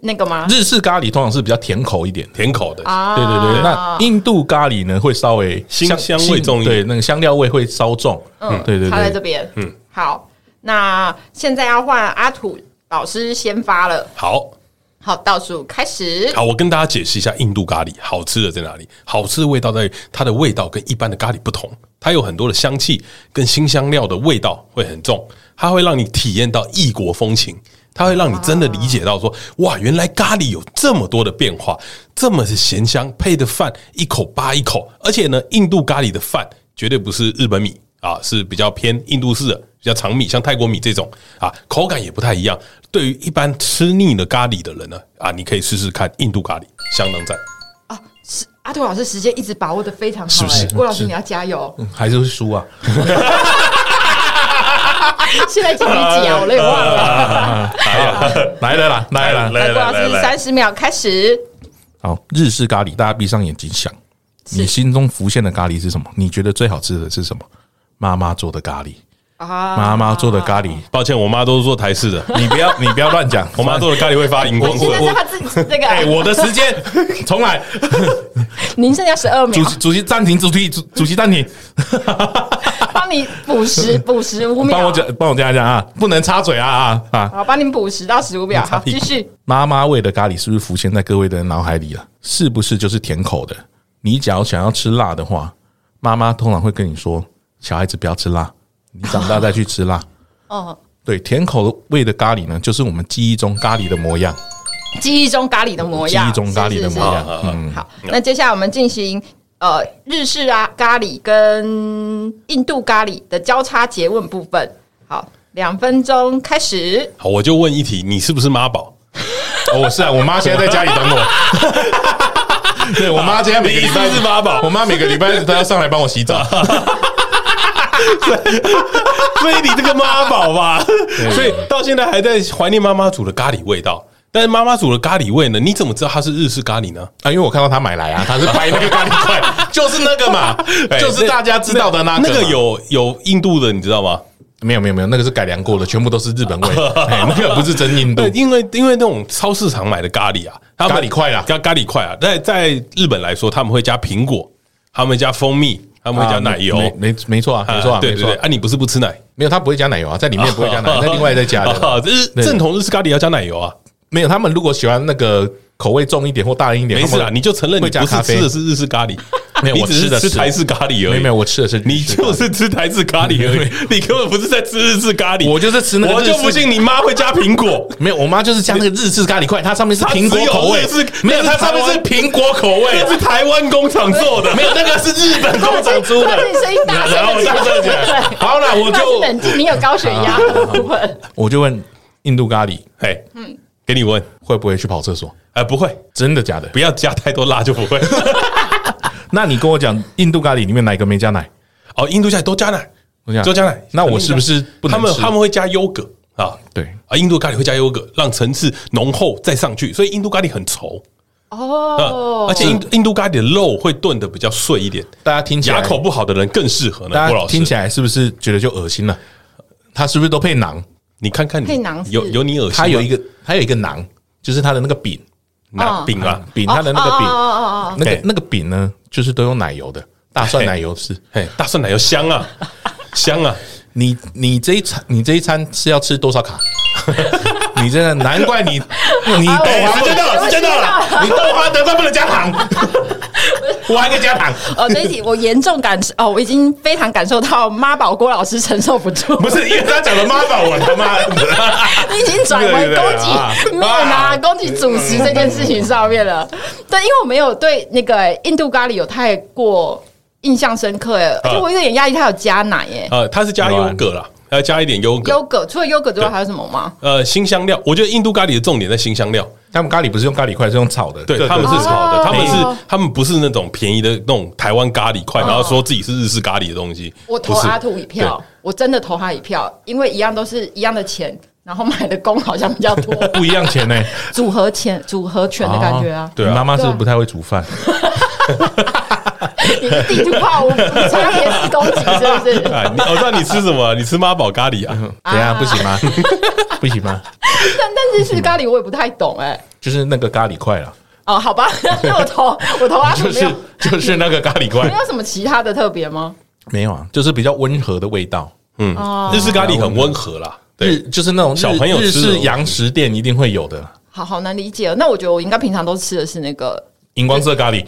[SPEAKER 4] 那个吗？
[SPEAKER 2] 日式咖喱通常是比较甜口一点，
[SPEAKER 3] 甜口的
[SPEAKER 4] 啊，
[SPEAKER 2] 对对对，那印度咖喱呢会稍微
[SPEAKER 3] 辛香味重一点
[SPEAKER 2] 对，那个香料味会稍重。嗯，对对
[SPEAKER 4] 他在这
[SPEAKER 2] 对，
[SPEAKER 4] 边。嗯，好，那现在要换阿土老师先发了。
[SPEAKER 3] 好。
[SPEAKER 4] 好，倒数开始。
[SPEAKER 3] 好，我跟大家解释一下印度咖喱好吃的在哪里。好吃的味道在于它的味道跟一般的咖喱不同，它有很多的香气跟新香料的味道会很重，它会让你体验到异国风情，它会让你真的理解到说，哇，原来咖喱有这么多的变化，这么的咸香，配的饭一口扒一口，而且呢，印度咖喱的饭绝对不是日本米啊，是比较偏印度式的。比较长米，像泰国米这种啊，口感也不太一样。对于一般吃腻了咖喱的人呢，啊，你可以试试看印度咖喱，相当赞。
[SPEAKER 4] 啊，是阿土老师时间一直把握的非常好、
[SPEAKER 2] 是不是
[SPEAKER 4] 哎郭老师
[SPEAKER 2] 是
[SPEAKER 4] 你要加油！
[SPEAKER 2] 嗯还是会输
[SPEAKER 4] [laughs]
[SPEAKER 2] 啊。
[SPEAKER 4] 哎现在几比
[SPEAKER 2] [laughs]
[SPEAKER 4] 几啊？我有点忘了。哎
[SPEAKER 2] 来了啦，来了啦。
[SPEAKER 4] 郭老师三十秒开始。
[SPEAKER 2] 好，日式咖喱，大家闭上眼睛想，
[SPEAKER 4] 是
[SPEAKER 2] 你心中浮现的咖喱是什么？你觉得最好吃的是什么？妈妈做的咖喱，
[SPEAKER 4] 啊
[SPEAKER 2] 妈妈做的咖喱，
[SPEAKER 3] 抱歉，我妈都是做台式
[SPEAKER 2] [laughs]
[SPEAKER 3] 的，
[SPEAKER 2] 你不要你不要乱讲，
[SPEAKER 3] 我妈做的咖喱会发荧光
[SPEAKER 4] 现在是
[SPEAKER 3] 色。
[SPEAKER 4] 他自己那个，
[SPEAKER 2] 哎，我的时间重来，
[SPEAKER 4] 您剩下十二秒
[SPEAKER 2] 主，主席暂停，主题主主席暂 [laughs] 停，
[SPEAKER 4] 帮你
[SPEAKER 2] [laughs]
[SPEAKER 4] 补十补十五秒，
[SPEAKER 2] 帮我讲，帮我讲一讲啊，不能插嘴啊啊啊！
[SPEAKER 4] 好，帮您补十到十五秒，好，啊继续。
[SPEAKER 2] 妈妈味的咖喱是不是浮现在各位的脑海里了？是不是就是甜口的？你只要想要吃辣的话，妈妈通常会跟你说：“小孩子不要吃辣，你长大再去吃辣。
[SPEAKER 4] 哦，”
[SPEAKER 2] 对，甜口味的咖喱呢，就是我们记忆中咖喱的模样。
[SPEAKER 4] 记忆中咖喱的模样，
[SPEAKER 2] 记忆中咖喱的
[SPEAKER 4] 是是是
[SPEAKER 2] 模样
[SPEAKER 3] 是是是
[SPEAKER 2] 嗯，
[SPEAKER 4] 好，那接下来我们进行呃日式啊咖喱跟印度咖喱的交叉诘问部分。好，两分钟开始。
[SPEAKER 3] 好，我就问一题，你是不是妈
[SPEAKER 2] [laughs]
[SPEAKER 3] 宝？
[SPEAKER 2] [laughs] 哦我是啊，我妈现在在家里等我。 [laughs] 对我妈今天每个礼拜 [laughs]
[SPEAKER 3] 你是不是妈宝
[SPEAKER 2] 我妈每个礼拜都要上来帮我洗 [laughs] 澡。啊
[SPEAKER 3] 所以你这个妈宝吧，所以到现在还在怀念妈妈煮的咖喱味道。但是妈妈煮的咖喱味呢？你怎么知道它是日式咖喱呢？
[SPEAKER 2] 啊，因为我看到他买来啊，他是拍那个咖 [laughs] 喱块，就是那个
[SPEAKER 3] [laughs]
[SPEAKER 2] 嘛，就是大家知道的那个
[SPEAKER 3] 哎那
[SPEAKER 2] 嘛
[SPEAKER 3] 个有有印度的，你知道吗？
[SPEAKER 2] 没有没有没有，那个是改良过的，全部都是日本味，
[SPEAKER 3] [laughs]
[SPEAKER 2] 哎那个不是真印度
[SPEAKER 3] 对，。因为因为那种超市场买的咖喱啊，他们
[SPEAKER 2] 咖喱块啦
[SPEAKER 3] 加咖喱块啊，在在日本来说，他们会加苹果，他们会加蜂蜜，他们会
[SPEAKER 2] 啊
[SPEAKER 3] 加奶油，
[SPEAKER 2] 没没没错啊，
[SPEAKER 3] 啊
[SPEAKER 2] 没错啊，
[SPEAKER 3] 对
[SPEAKER 2] 没
[SPEAKER 3] 对
[SPEAKER 2] 错
[SPEAKER 3] 对。
[SPEAKER 2] 啊，
[SPEAKER 3] 啊，你不是不吃奶？
[SPEAKER 2] 没有他不会加奶油啊，在里面不会加奶，
[SPEAKER 3] [laughs]
[SPEAKER 2] 油，在另外再加的。
[SPEAKER 3] 啊，这是
[SPEAKER 2] 对
[SPEAKER 3] 正统日式咖喱要加奶油啊。
[SPEAKER 2] 没有，他们如果喜欢那个口味重一点或大一点，
[SPEAKER 3] 没事
[SPEAKER 2] 他
[SPEAKER 3] 啊，
[SPEAKER 2] 们
[SPEAKER 3] 你就承认你
[SPEAKER 2] 会加
[SPEAKER 3] 不是
[SPEAKER 2] 咖啡
[SPEAKER 3] 吃的是日式咖喱
[SPEAKER 2] 没，有
[SPEAKER 3] 你
[SPEAKER 2] 我
[SPEAKER 3] 只
[SPEAKER 2] 吃的
[SPEAKER 3] 是吃
[SPEAKER 2] 是
[SPEAKER 3] 台式咖喱而
[SPEAKER 2] 没
[SPEAKER 3] 已。
[SPEAKER 2] 有没有，我吃的是
[SPEAKER 3] 你
[SPEAKER 2] 日式咖喱
[SPEAKER 3] 就是吃台式咖喱而已，你根本不是在吃日式咖喱。
[SPEAKER 2] 我就是吃那个
[SPEAKER 3] 我
[SPEAKER 2] 日式
[SPEAKER 3] 就不信你妈会加苹果。
[SPEAKER 2] 没有，我妈就是加那个日式咖喱块，它上面是苹果口味
[SPEAKER 3] 它只有日式，
[SPEAKER 2] 没有，
[SPEAKER 3] 但
[SPEAKER 2] 它
[SPEAKER 3] 是
[SPEAKER 2] 上面是苹果口味，
[SPEAKER 3] 这是台湾工厂做的，
[SPEAKER 2] 没有那个是日本工厂出的
[SPEAKER 4] 快点声音
[SPEAKER 3] [laughs]
[SPEAKER 4] 大声
[SPEAKER 2] 然后我大声起来，好啦，我
[SPEAKER 4] 那是
[SPEAKER 2] 就
[SPEAKER 4] 冷静，你有高血压的部分。
[SPEAKER 2] 我就问印度咖喱
[SPEAKER 3] 哎，嗯，给你问，
[SPEAKER 2] 会不会去跑厕所？
[SPEAKER 3] 哎，不会，
[SPEAKER 2] 真的假的？
[SPEAKER 3] 不要加太多辣就
[SPEAKER 4] [laughs]
[SPEAKER 3] 不会。
[SPEAKER 2] 那你跟我讲，印度咖喱里面哪一个没加奶？
[SPEAKER 3] 哦，印度菜都加奶，
[SPEAKER 2] 我讲
[SPEAKER 3] 都加奶。
[SPEAKER 2] 啊那我是不是不能
[SPEAKER 3] 他们
[SPEAKER 2] 吃
[SPEAKER 3] 他们会加优格啊？
[SPEAKER 2] 对
[SPEAKER 3] 啊，印度咖喱会加优格，让层次浓厚再上去，所以印度咖喱很稠啊
[SPEAKER 4] 哦，，
[SPEAKER 3] 而且印印度咖喱的肉会炖的比较碎一点，
[SPEAKER 2] 大家听起来
[SPEAKER 3] 牙口不好的人更适合呢。
[SPEAKER 2] 大
[SPEAKER 3] 郭
[SPEAKER 2] 家
[SPEAKER 3] 老
[SPEAKER 2] 听起
[SPEAKER 3] 师，
[SPEAKER 2] 来是不是觉得就恶心了？它是不是都配馕？
[SPEAKER 3] 你看看
[SPEAKER 4] 配馕
[SPEAKER 3] 你
[SPEAKER 4] 是
[SPEAKER 3] 有有你恶心吗，
[SPEAKER 2] 它有一个它有一个馕，就是它的那个饼
[SPEAKER 3] 拿
[SPEAKER 4] 哦
[SPEAKER 3] 饼啊，
[SPEAKER 2] 饼，它的那个
[SPEAKER 4] 哦哦
[SPEAKER 2] 饼，
[SPEAKER 4] 哦哦哦
[SPEAKER 2] 那个
[SPEAKER 3] 嘿
[SPEAKER 2] 那个饼呢，就是都用奶油的，大蒜
[SPEAKER 3] 嘿
[SPEAKER 2] 奶油是。
[SPEAKER 3] 嘿，大蒜奶油香 [laughs] 啊，香啊，
[SPEAKER 2] 你你这一餐你这一餐是要吃多少卡？ [laughs] 你真的难怪
[SPEAKER 4] [laughs]
[SPEAKER 2] 你你哎豆
[SPEAKER 3] 哎
[SPEAKER 2] 花
[SPEAKER 4] 时间到了时间到了，
[SPEAKER 2] 你豆花得分不能加糖，
[SPEAKER 3] [laughs]
[SPEAKER 2] 我还可以加糖，
[SPEAKER 4] 哦，这一题我严重感受哦，我已经非常感受到妈宝郭老师承受不住，
[SPEAKER 2] 不是因为他讲的妈宝，我他妈
[SPEAKER 4] 你已经转为攻
[SPEAKER 2] 对对
[SPEAKER 4] 击
[SPEAKER 2] 对
[SPEAKER 4] 面
[SPEAKER 2] 啊
[SPEAKER 4] 啊，攻击主食这件事情上面了。对，因为我没有对那个、印度咖喱有太过印象深刻耶，而且我有点压抑，它有加奶耶、
[SPEAKER 3] 呃，它是加
[SPEAKER 2] 有啊
[SPEAKER 3] 优格啦，要加一点优格，
[SPEAKER 4] 优格除了优格之外还有什么吗？
[SPEAKER 3] 呃，新香料，我觉得印度咖喱的重点在新香料，
[SPEAKER 2] 他们咖喱不是用咖喱块，是用炒的，
[SPEAKER 3] 对，他哎们是炒
[SPEAKER 4] 哦
[SPEAKER 3] 的，他们
[SPEAKER 4] 哦
[SPEAKER 3] 是他们不是那种便宜的那种台湾咖喱块，然后说自己是日式咖喱的东西，
[SPEAKER 4] 我投
[SPEAKER 3] 不是
[SPEAKER 4] 阿土一票，我真的投他一票，因为一样都是一样的钱，然后买的工好像比较多，
[SPEAKER 2] 不一样钱呢，
[SPEAKER 4] 组合钱组合拳的 [laughs] 感觉啊。 [laughs]
[SPEAKER 3] 对啊
[SPEAKER 2] 你妈妈是不是不太会煮饭？
[SPEAKER 4] 你是地图炮，我差点是攻击是不是？
[SPEAKER 3] 啊，你我知道你吃什么，你吃妈宝咖喱啊，
[SPEAKER 2] 等一下不行
[SPEAKER 4] [laughs]
[SPEAKER 2] 吗？不行吗？
[SPEAKER 4] 但但是是咖喱我也不太懂哎、
[SPEAKER 2] 就是那个咖喱块了，
[SPEAKER 4] 哦，好吧， [laughs] 那我投我投阿土
[SPEAKER 2] 就
[SPEAKER 4] 没
[SPEAKER 2] 是
[SPEAKER 4] 有。
[SPEAKER 2] 就是那个咖喱
[SPEAKER 4] [laughs]
[SPEAKER 2] 块
[SPEAKER 4] 没，有什么其他的特别吗？
[SPEAKER 2] 没有啊，就是比较温和的味道。
[SPEAKER 3] 嗯，日式咖喱很温和啦，
[SPEAKER 2] 日
[SPEAKER 3] 对，
[SPEAKER 2] 就是那种日
[SPEAKER 3] 小朋友
[SPEAKER 2] 日
[SPEAKER 3] 吃的
[SPEAKER 2] 式洋食店一定会有的
[SPEAKER 4] 好好难理解哦。那我觉得我应该平常都吃的是那个
[SPEAKER 2] 荧光色咖
[SPEAKER 3] [laughs]
[SPEAKER 2] 喱，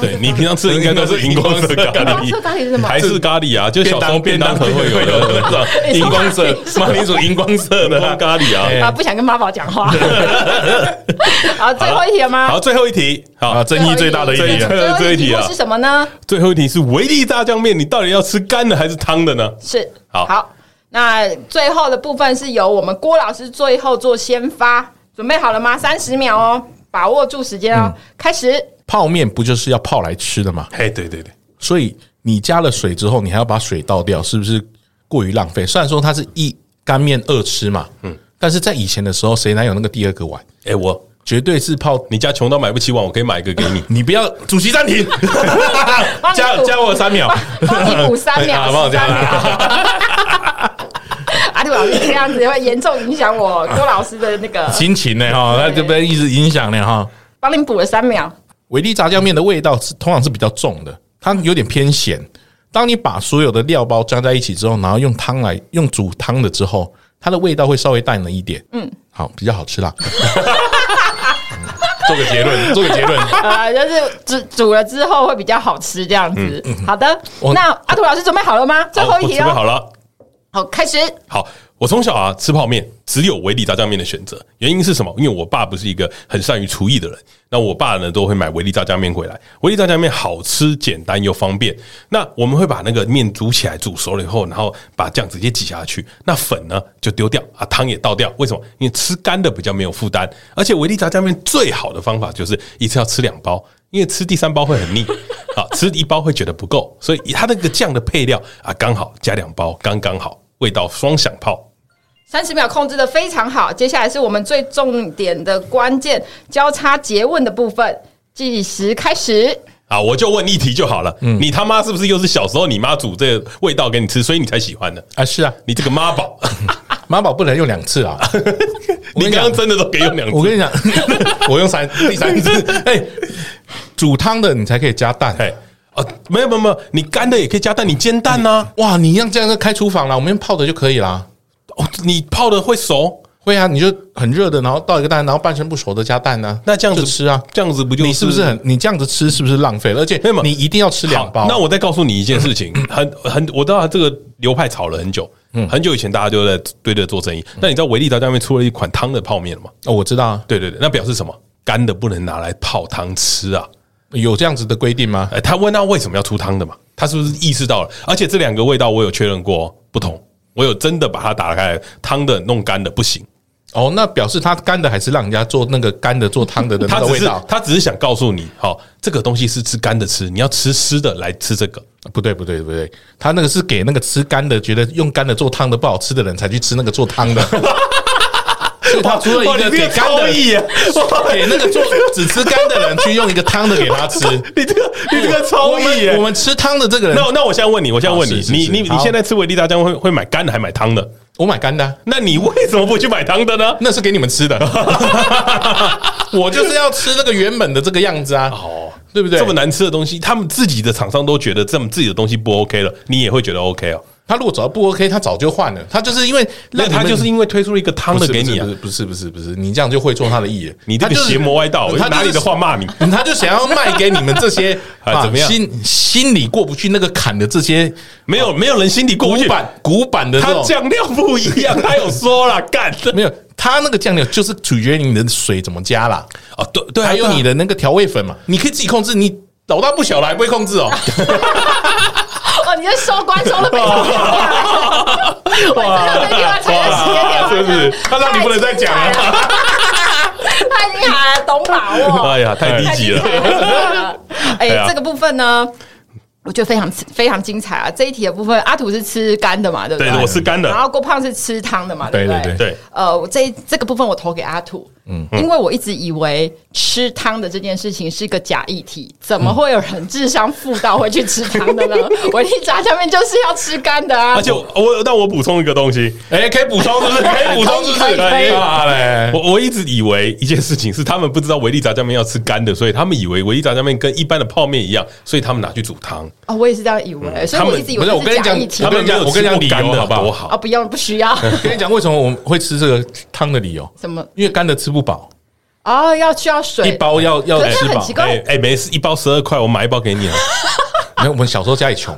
[SPEAKER 3] 对你平常吃的应该都 [laughs] 是荧光色咖
[SPEAKER 4] 荧光
[SPEAKER 3] 喱
[SPEAKER 4] 色咖喱
[SPEAKER 3] [laughs]
[SPEAKER 4] 是什，么
[SPEAKER 3] 台式咖喱啊，就小时候便当盒会有的那种
[SPEAKER 4] 你
[SPEAKER 2] 荧
[SPEAKER 4] 说
[SPEAKER 2] 光色，马铃薯荧光色
[SPEAKER 3] 荧
[SPEAKER 2] 的
[SPEAKER 3] 光
[SPEAKER 2] 啊
[SPEAKER 3] 咖喱啊。
[SPEAKER 4] 啊，不想跟妈宝讲
[SPEAKER 2] [laughs]
[SPEAKER 4] 话。好，最后一题了吗？
[SPEAKER 3] 好，最后一题，好
[SPEAKER 2] 啊，，争议最大的一
[SPEAKER 3] 争议
[SPEAKER 2] 点
[SPEAKER 3] 最。后一题
[SPEAKER 4] 最后一题
[SPEAKER 3] 啊
[SPEAKER 4] 目是什么呢？
[SPEAKER 3] 最后一题是维力炸酱面，你到底要吃干的还是汤的呢？
[SPEAKER 4] 是
[SPEAKER 3] 好
[SPEAKER 4] 那最后的部分是由我们郭老师最后做先发，准备好了吗？三十秒哦，把握住时间
[SPEAKER 2] 嗯
[SPEAKER 4] 哦，开始。
[SPEAKER 2] 泡面不就是要泡来吃的嘛？
[SPEAKER 3] 嘿，对对对，
[SPEAKER 2] 所以你加了水之后，你还要把水倒掉，是不是过于浪费？虽然说它是一干面二吃嘛，嗯，但是在以前的时候，谁哪有那个第二个碗？
[SPEAKER 3] 哎，我
[SPEAKER 2] 绝对是泡。。
[SPEAKER 3] 你家穷到买不起碗，我可以买一个给你
[SPEAKER 2] 你不要，主席暂
[SPEAKER 3] [laughs]
[SPEAKER 2] 停，
[SPEAKER 4] 帮你
[SPEAKER 2] 加
[SPEAKER 4] 补
[SPEAKER 2] 加我三秒，
[SPEAKER 4] 帮你补三
[SPEAKER 2] 啊 [laughs]
[SPEAKER 4] 秒，
[SPEAKER 2] 帮我加
[SPEAKER 4] 三秒。 [laughs] 阿杜老师这样子会严重影响我郭老师的那个，
[SPEAKER 2] 心情呢哈，那这边一直影响呢哈。
[SPEAKER 4] 帮你补了三 [laughs] 秒。
[SPEAKER 2] 维力炸酱面的味道是通常是比较重的，它有点偏咸。当你把所有的料包加在一起之后，然后用汤来用煮汤的之后，它的味道会稍微淡了一点。嗯，好，比较好吃啦。 [laughs] 做个结论，做个结论。
[SPEAKER 4] 呃，就是煮煮了之后会比较好吃这样子。好的，
[SPEAKER 2] 我
[SPEAKER 4] 那阿杜老师准备好了吗？最后一题
[SPEAKER 3] 好我准备
[SPEAKER 4] 哦，
[SPEAKER 3] 好了。
[SPEAKER 4] 好，开始。
[SPEAKER 3] 好，我从小啊吃泡面，只有维力炸酱面的选择。原因是什么？因为我爸不是一个很善于厨艺的人，那我爸呢都会买维力炸酱面回来。维力炸酱面好吃、简单又方便。那我们会把那个面煮起来，煮熟了以后，然后把酱直接挤下去。那粉呢就丢掉啊，汤也倒掉。为什么？因为吃干的比较没有负担，而且维力炸酱面最好的方法就是一次要吃两包。因为吃第三包会很腻，啊，吃一包会觉得不够，所以它那个酱的配料啊，刚好加两包，刚刚好，味道双响炮。
[SPEAKER 4] 三十秒控制的非常好，接下来是我们最重点的关键交叉诘问的部分，计时开始。
[SPEAKER 3] 啊，我就问一题就好了。
[SPEAKER 2] 嗯
[SPEAKER 3] 你他妈是不是又是小时候你妈煮这个味道给你吃，所以你才喜欢的？
[SPEAKER 2] [laughs] 啊，是啊，
[SPEAKER 3] 你这个妈
[SPEAKER 2] [laughs]
[SPEAKER 3] 宝，
[SPEAKER 2] 妈宝不能用两次 [laughs] 啊！
[SPEAKER 3] 你刚刚真的都给用两
[SPEAKER 2] 我
[SPEAKER 3] 次。
[SPEAKER 2] [laughs] 跟你讲，我用三第三 [laughs] 次，哎、煮汤的你才可以加蛋。
[SPEAKER 3] 哎，哦，没有没有没有，你干的也可以加蛋，你煎蛋呐、啊。
[SPEAKER 2] 哇，你一样这样就开厨房啦，我们用泡的就可以啦。
[SPEAKER 3] 哦，你泡的会熟，
[SPEAKER 2] 会啊，你就很热的，然后倒一个蛋，然后半生不熟的加蛋呢、
[SPEAKER 3] 那这样子
[SPEAKER 2] 就吃啊。
[SPEAKER 3] 这样子不就是
[SPEAKER 2] 你是不是很？你这样子吃是不是浪费了？而且
[SPEAKER 3] 嗯没有没有
[SPEAKER 2] 你一定要吃两包。
[SPEAKER 3] 好那我再告诉你一件
[SPEAKER 2] [laughs]
[SPEAKER 3] 事情，很很，我知道这个流派吵了很久，
[SPEAKER 2] 嗯
[SPEAKER 3] 很久以前大家就在对这做生意。那你知道维力炸酱面出了一款汤的泡面了吗？
[SPEAKER 2] 哦我知道啊，
[SPEAKER 3] 对对对，那表示什么？干的不能拿来泡汤吃啊！
[SPEAKER 2] 有这样子的规定吗？
[SPEAKER 3] 哎，他问他为什么要出汤的嘛？他是不是意识到了？而且这两个味道我有确认过哦不同，我有真的把它打开来，汤的弄干的不行。
[SPEAKER 2] 哦，那表示他干的还是让人家做那个干的做汤的的那
[SPEAKER 3] [laughs] 他
[SPEAKER 2] 个
[SPEAKER 3] 只
[SPEAKER 2] 味
[SPEAKER 3] 是
[SPEAKER 2] 道？
[SPEAKER 3] 他只是想告诉你，好、这个东西是吃干的吃，你要吃湿的来吃这个。
[SPEAKER 2] 不对，不对，不对，他那个是给那个吃干的，觉得用干的做汤的不好吃的人才去吃那个做汤
[SPEAKER 3] [laughs]
[SPEAKER 2] 的。就他出了
[SPEAKER 3] 哇
[SPEAKER 2] 一
[SPEAKER 3] 你
[SPEAKER 2] 个
[SPEAKER 3] 这
[SPEAKER 2] 给
[SPEAKER 3] 个
[SPEAKER 2] 干
[SPEAKER 3] 超
[SPEAKER 2] 的，
[SPEAKER 3] 意
[SPEAKER 2] [laughs]
[SPEAKER 3] 啊！哇
[SPEAKER 2] 给那个做只吃干的人去用一个汤的给他
[SPEAKER 3] [laughs]
[SPEAKER 2] 吃。
[SPEAKER 3] 你这个你这个超
[SPEAKER 2] 我
[SPEAKER 3] 意
[SPEAKER 2] 们
[SPEAKER 3] 耶
[SPEAKER 2] 我！们吃汤的这个人，
[SPEAKER 3] 那那我现在问你，我现在问你
[SPEAKER 2] 啊是，是
[SPEAKER 3] 你
[SPEAKER 2] 是
[SPEAKER 3] 你你
[SPEAKER 2] 好
[SPEAKER 3] 现在吃维力炸酱会会买干的还买汤的？
[SPEAKER 2] 我买干的啊，
[SPEAKER 3] 那你为什么不去买汤的呢？
[SPEAKER 2] 那是给你们吃
[SPEAKER 3] [laughs]
[SPEAKER 2] 的。 [laughs] 我就是要吃那个原本的这个样子啊，
[SPEAKER 3] 哦，
[SPEAKER 2] 对不对？
[SPEAKER 3] 这么难吃的东西，他们自己的厂商都觉得这么自己的东西不 OK 了，你也会觉得 OK 哦？
[SPEAKER 2] 他如果找到不 OK，他早就换了。他就是因为
[SPEAKER 3] 那
[SPEAKER 2] 让
[SPEAKER 3] 他
[SPEAKER 2] 你们
[SPEAKER 3] 就是因为推出了一个汤
[SPEAKER 2] 不
[SPEAKER 3] 的
[SPEAKER 2] 是
[SPEAKER 3] 给你啊
[SPEAKER 2] 不，是不是不是不是，不是你这样就会做他的意 [laughs] 了。
[SPEAKER 3] 你这
[SPEAKER 2] 他
[SPEAKER 3] 个
[SPEAKER 2] 就是
[SPEAKER 3] 邪魔歪道，我
[SPEAKER 2] 他就是
[SPEAKER 3] 拿你的话骂你。
[SPEAKER 2] [laughs] 他就想要卖给你们这 [laughs] 些
[SPEAKER 3] 啊怎么样
[SPEAKER 2] 心心里过不去那个坎的这些
[SPEAKER 3] 没有没有人心里过
[SPEAKER 2] 古
[SPEAKER 3] 不去，
[SPEAKER 2] 板古板的这
[SPEAKER 3] 他
[SPEAKER 2] 种，
[SPEAKER 3] 酱料不一样，他有说 [laughs] 了，干
[SPEAKER 2] 没有他那个酱料就是取决于你的水怎么加啦，
[SPEAKER 3] 哦，对对啊，
[SPEAKER 2] 还有
[SPEAKER 3] 对啊
[SPEAKER 2] 你的那个调味粉嘛，你可以自己控制，你老大不小了还不会控制 [laughs] 哦。
[SPEAKER 4] 哦，你这收官收的非常漂亮，我真的没地方踩在起点
[SPEAKER 3] 哇是不是？
[SPEAKER 2] 他让你不能再讲了，
[SPEAKER 4] 太厉害了，懂把握。
[SPEAKER 3] [laughs] 哎呀，太低级了。
[SPEAKER 4] 了。 [laughs] 哎、
[SPEAKER 3] 对啊
[SPEAKER 4] 这个部分呢，我觉得非常非常精彩啊！这一题的部分，阿土是吃干的嘛，对不对？
[SPEAKER 3] 对我吃干的
[SPEAKER 4] 然后郭胖是吃汤的嘛，对
[SPEAKER 2] 对
[SPEAKER 4] 不
[SPEAKER 2] 对
[SPEAKER 4] 对？
[SPEAKER 2] 对
[SPEAKER 3] 对，
[SPEAKER 4] 呃，我这这个部分我投给阿土，嗯，因为我一直以为吃汤的这件事情是个假议题，怎么会有人智商负到会去吃汤的呢？我一炸酱面就是要吃干的啊
[SPEAKER 3] 而！且我我那我补充一个东西，
[SPEAKER 2] 哎，可以补充是不是？可以补充 [laughs] 是不
[SPEAKER 4] 可以
[SPEAKER 2] 是？
[SPEAKER 4] 可以可以
[SPEAKER 2] 啊嘞，
[SPEAKER 3] 我我一直以为一件事情是他们不知道维力炸酱面要吃干的，所以他们以为维力炸酱面跟一般的泡面一样，所以他们拿去煮汤。
[SPEAKER 4] 哦，我也是这样以为，所以
[SPEAKER 3] 他
[SPEAKER 4] 我
[SPEAKER 3] 们
[SPEAKER 4] 一直以
[SPEAKER 2] 不
[SPEAKER 4] 为
[SPEAKER 2] 是我
[SPEAKER 4] 这
[SPEAKER 2] 跟你
[SPEAKER 4] 是假
[SPEAKER 2] 讲
[SPEAKER 4] 议，题
[SPEAKER 2] 我
[SPEAKER 4] 啊、
[SPEAKER 2] 跟你讲，我跟你讲理
[SPEAKER 3] 干
[SPEAKER 2] 由
[SPEAKER 3] 的
[SPEAKER 2] 好不
[SPEAKER 3] 多
[SPEAKER 2] 好？
[SPEAKER 3] 好，
[SPEAKER 4] 不用，不需要
[SPEAKER 2] 我跟你讲为什么我们会吃这个汤的理由，
[SPEAKER 4] 什么
[SPEAKER 2] 因为干的吃不饱，
[SPEAKER 4] 哦，要需要
[SPEAKER 2] 一
[SPEAKER 4] 水。
[SPEAKER 2] 包要要
[SPEAKER 4] 可是
[SPEAKER 2] 吃
[SPEAKER 4] 很
[SPEAKER 2] 饱
[SPEAKER 4] 奇。怪
[SPEAKER 3] 哎哎，没事，一包十二块，我买一包给你啊。
[SPEAKER 2] 没有，我们小时候家里
[SPEAKER 4] [laughs]
[SPEAKER 2] 穷，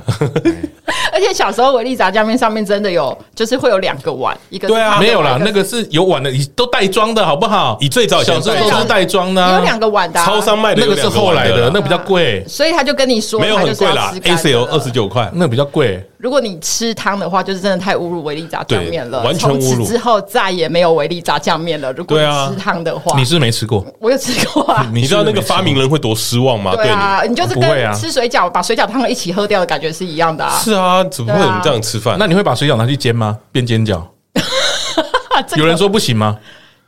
[SPEAKER 4] 而且小时候维力炸酱面上面真的有，就是会有两个碗，一个是
[SPEAKER 3] 对啊
[SPEAKER 4] 汤
[SPEAKER 2] 没有啦，
[SPEAKER 4] 一
[SPEAKER 2] 那个是有碗的，都袋装的好不好？
[SPEAKER 3] 你最早以前
[SPEAKER 2] 小时候
[SPEAKER 4] 对
[SPEAKER 2] 都
[SPEAKER 4] 啊
[SPEAKER 2] 是袋装的啊，
[SPEAKER 4] 有两个碗的啊、
[SPEAKER 3] 超商卖的
[SPEAKER 2] 那
[SPEAKER 3] 有
[SPEAKER 2] 个是
[SPEAKER 3] 两
[SPEAKER 2] 后来
[SPEAKER 3] 碗
[SPEAKER 2] 的，
[SPEAKER 3] 啦
[SPEAKER 2] 那比较贵，
[SPEAKER 4] 所以他就跟你说
[SPEAKER 3] 没有
[SPEAKER 4] 他就
[SPEAKER 3] 很
[SPEAKER 4] 是
[SPEAKER 3] 贵
[SPEAKER 4] 要
[SPEAKER 3] 啦
[SPEAKER 4] 吃干的
[SPEAKER 3] ，ACL 二十。九块。
[SPEAKER 2] 那个比较贵。
[SPEAKER 4] 如果你吃汤的话，就是真的太侮辱维力炸酱面了。
[SPEAKER 3] 对完全
[SPEAKER 4] 从此
[SPEAKER 3] 侮辱
[SPEAKER 4] 之后再也没有维力炸酱面了。如果
[SPEAKER 3] 对啊
[SPEAKER 4] 你吃汤的话，
[SPEAKER 2] 你是没吃过，
[SPEAKER 4] 我有吃过
[SPEAKER 2] [laughs]
[SPEAKER 4] 啊。
[SPEAKER 3] 你知道那个发明
[SPEAKER 2] 人
[SPEAKER 3] 人会多失望吗？
[SPEAKER 4] 对
[SPEAKER 3] 对你
[SPEAKER 4] 啊，你就是
[SPEAKER 2] 不会啊
[SPEAKER 4] 跟吃水饺把水饺汤一起喝掉的感觉是一样的啊。
[SPEAKER 3] 是啊，怎么会有人这样吃饭？
[SPEAKER 2] 那你会把水饺拿去煎吗？变煎饺？
[SPEAKER 4] [laughs] 这个
[SPEAKER 2] 有人说不行吗？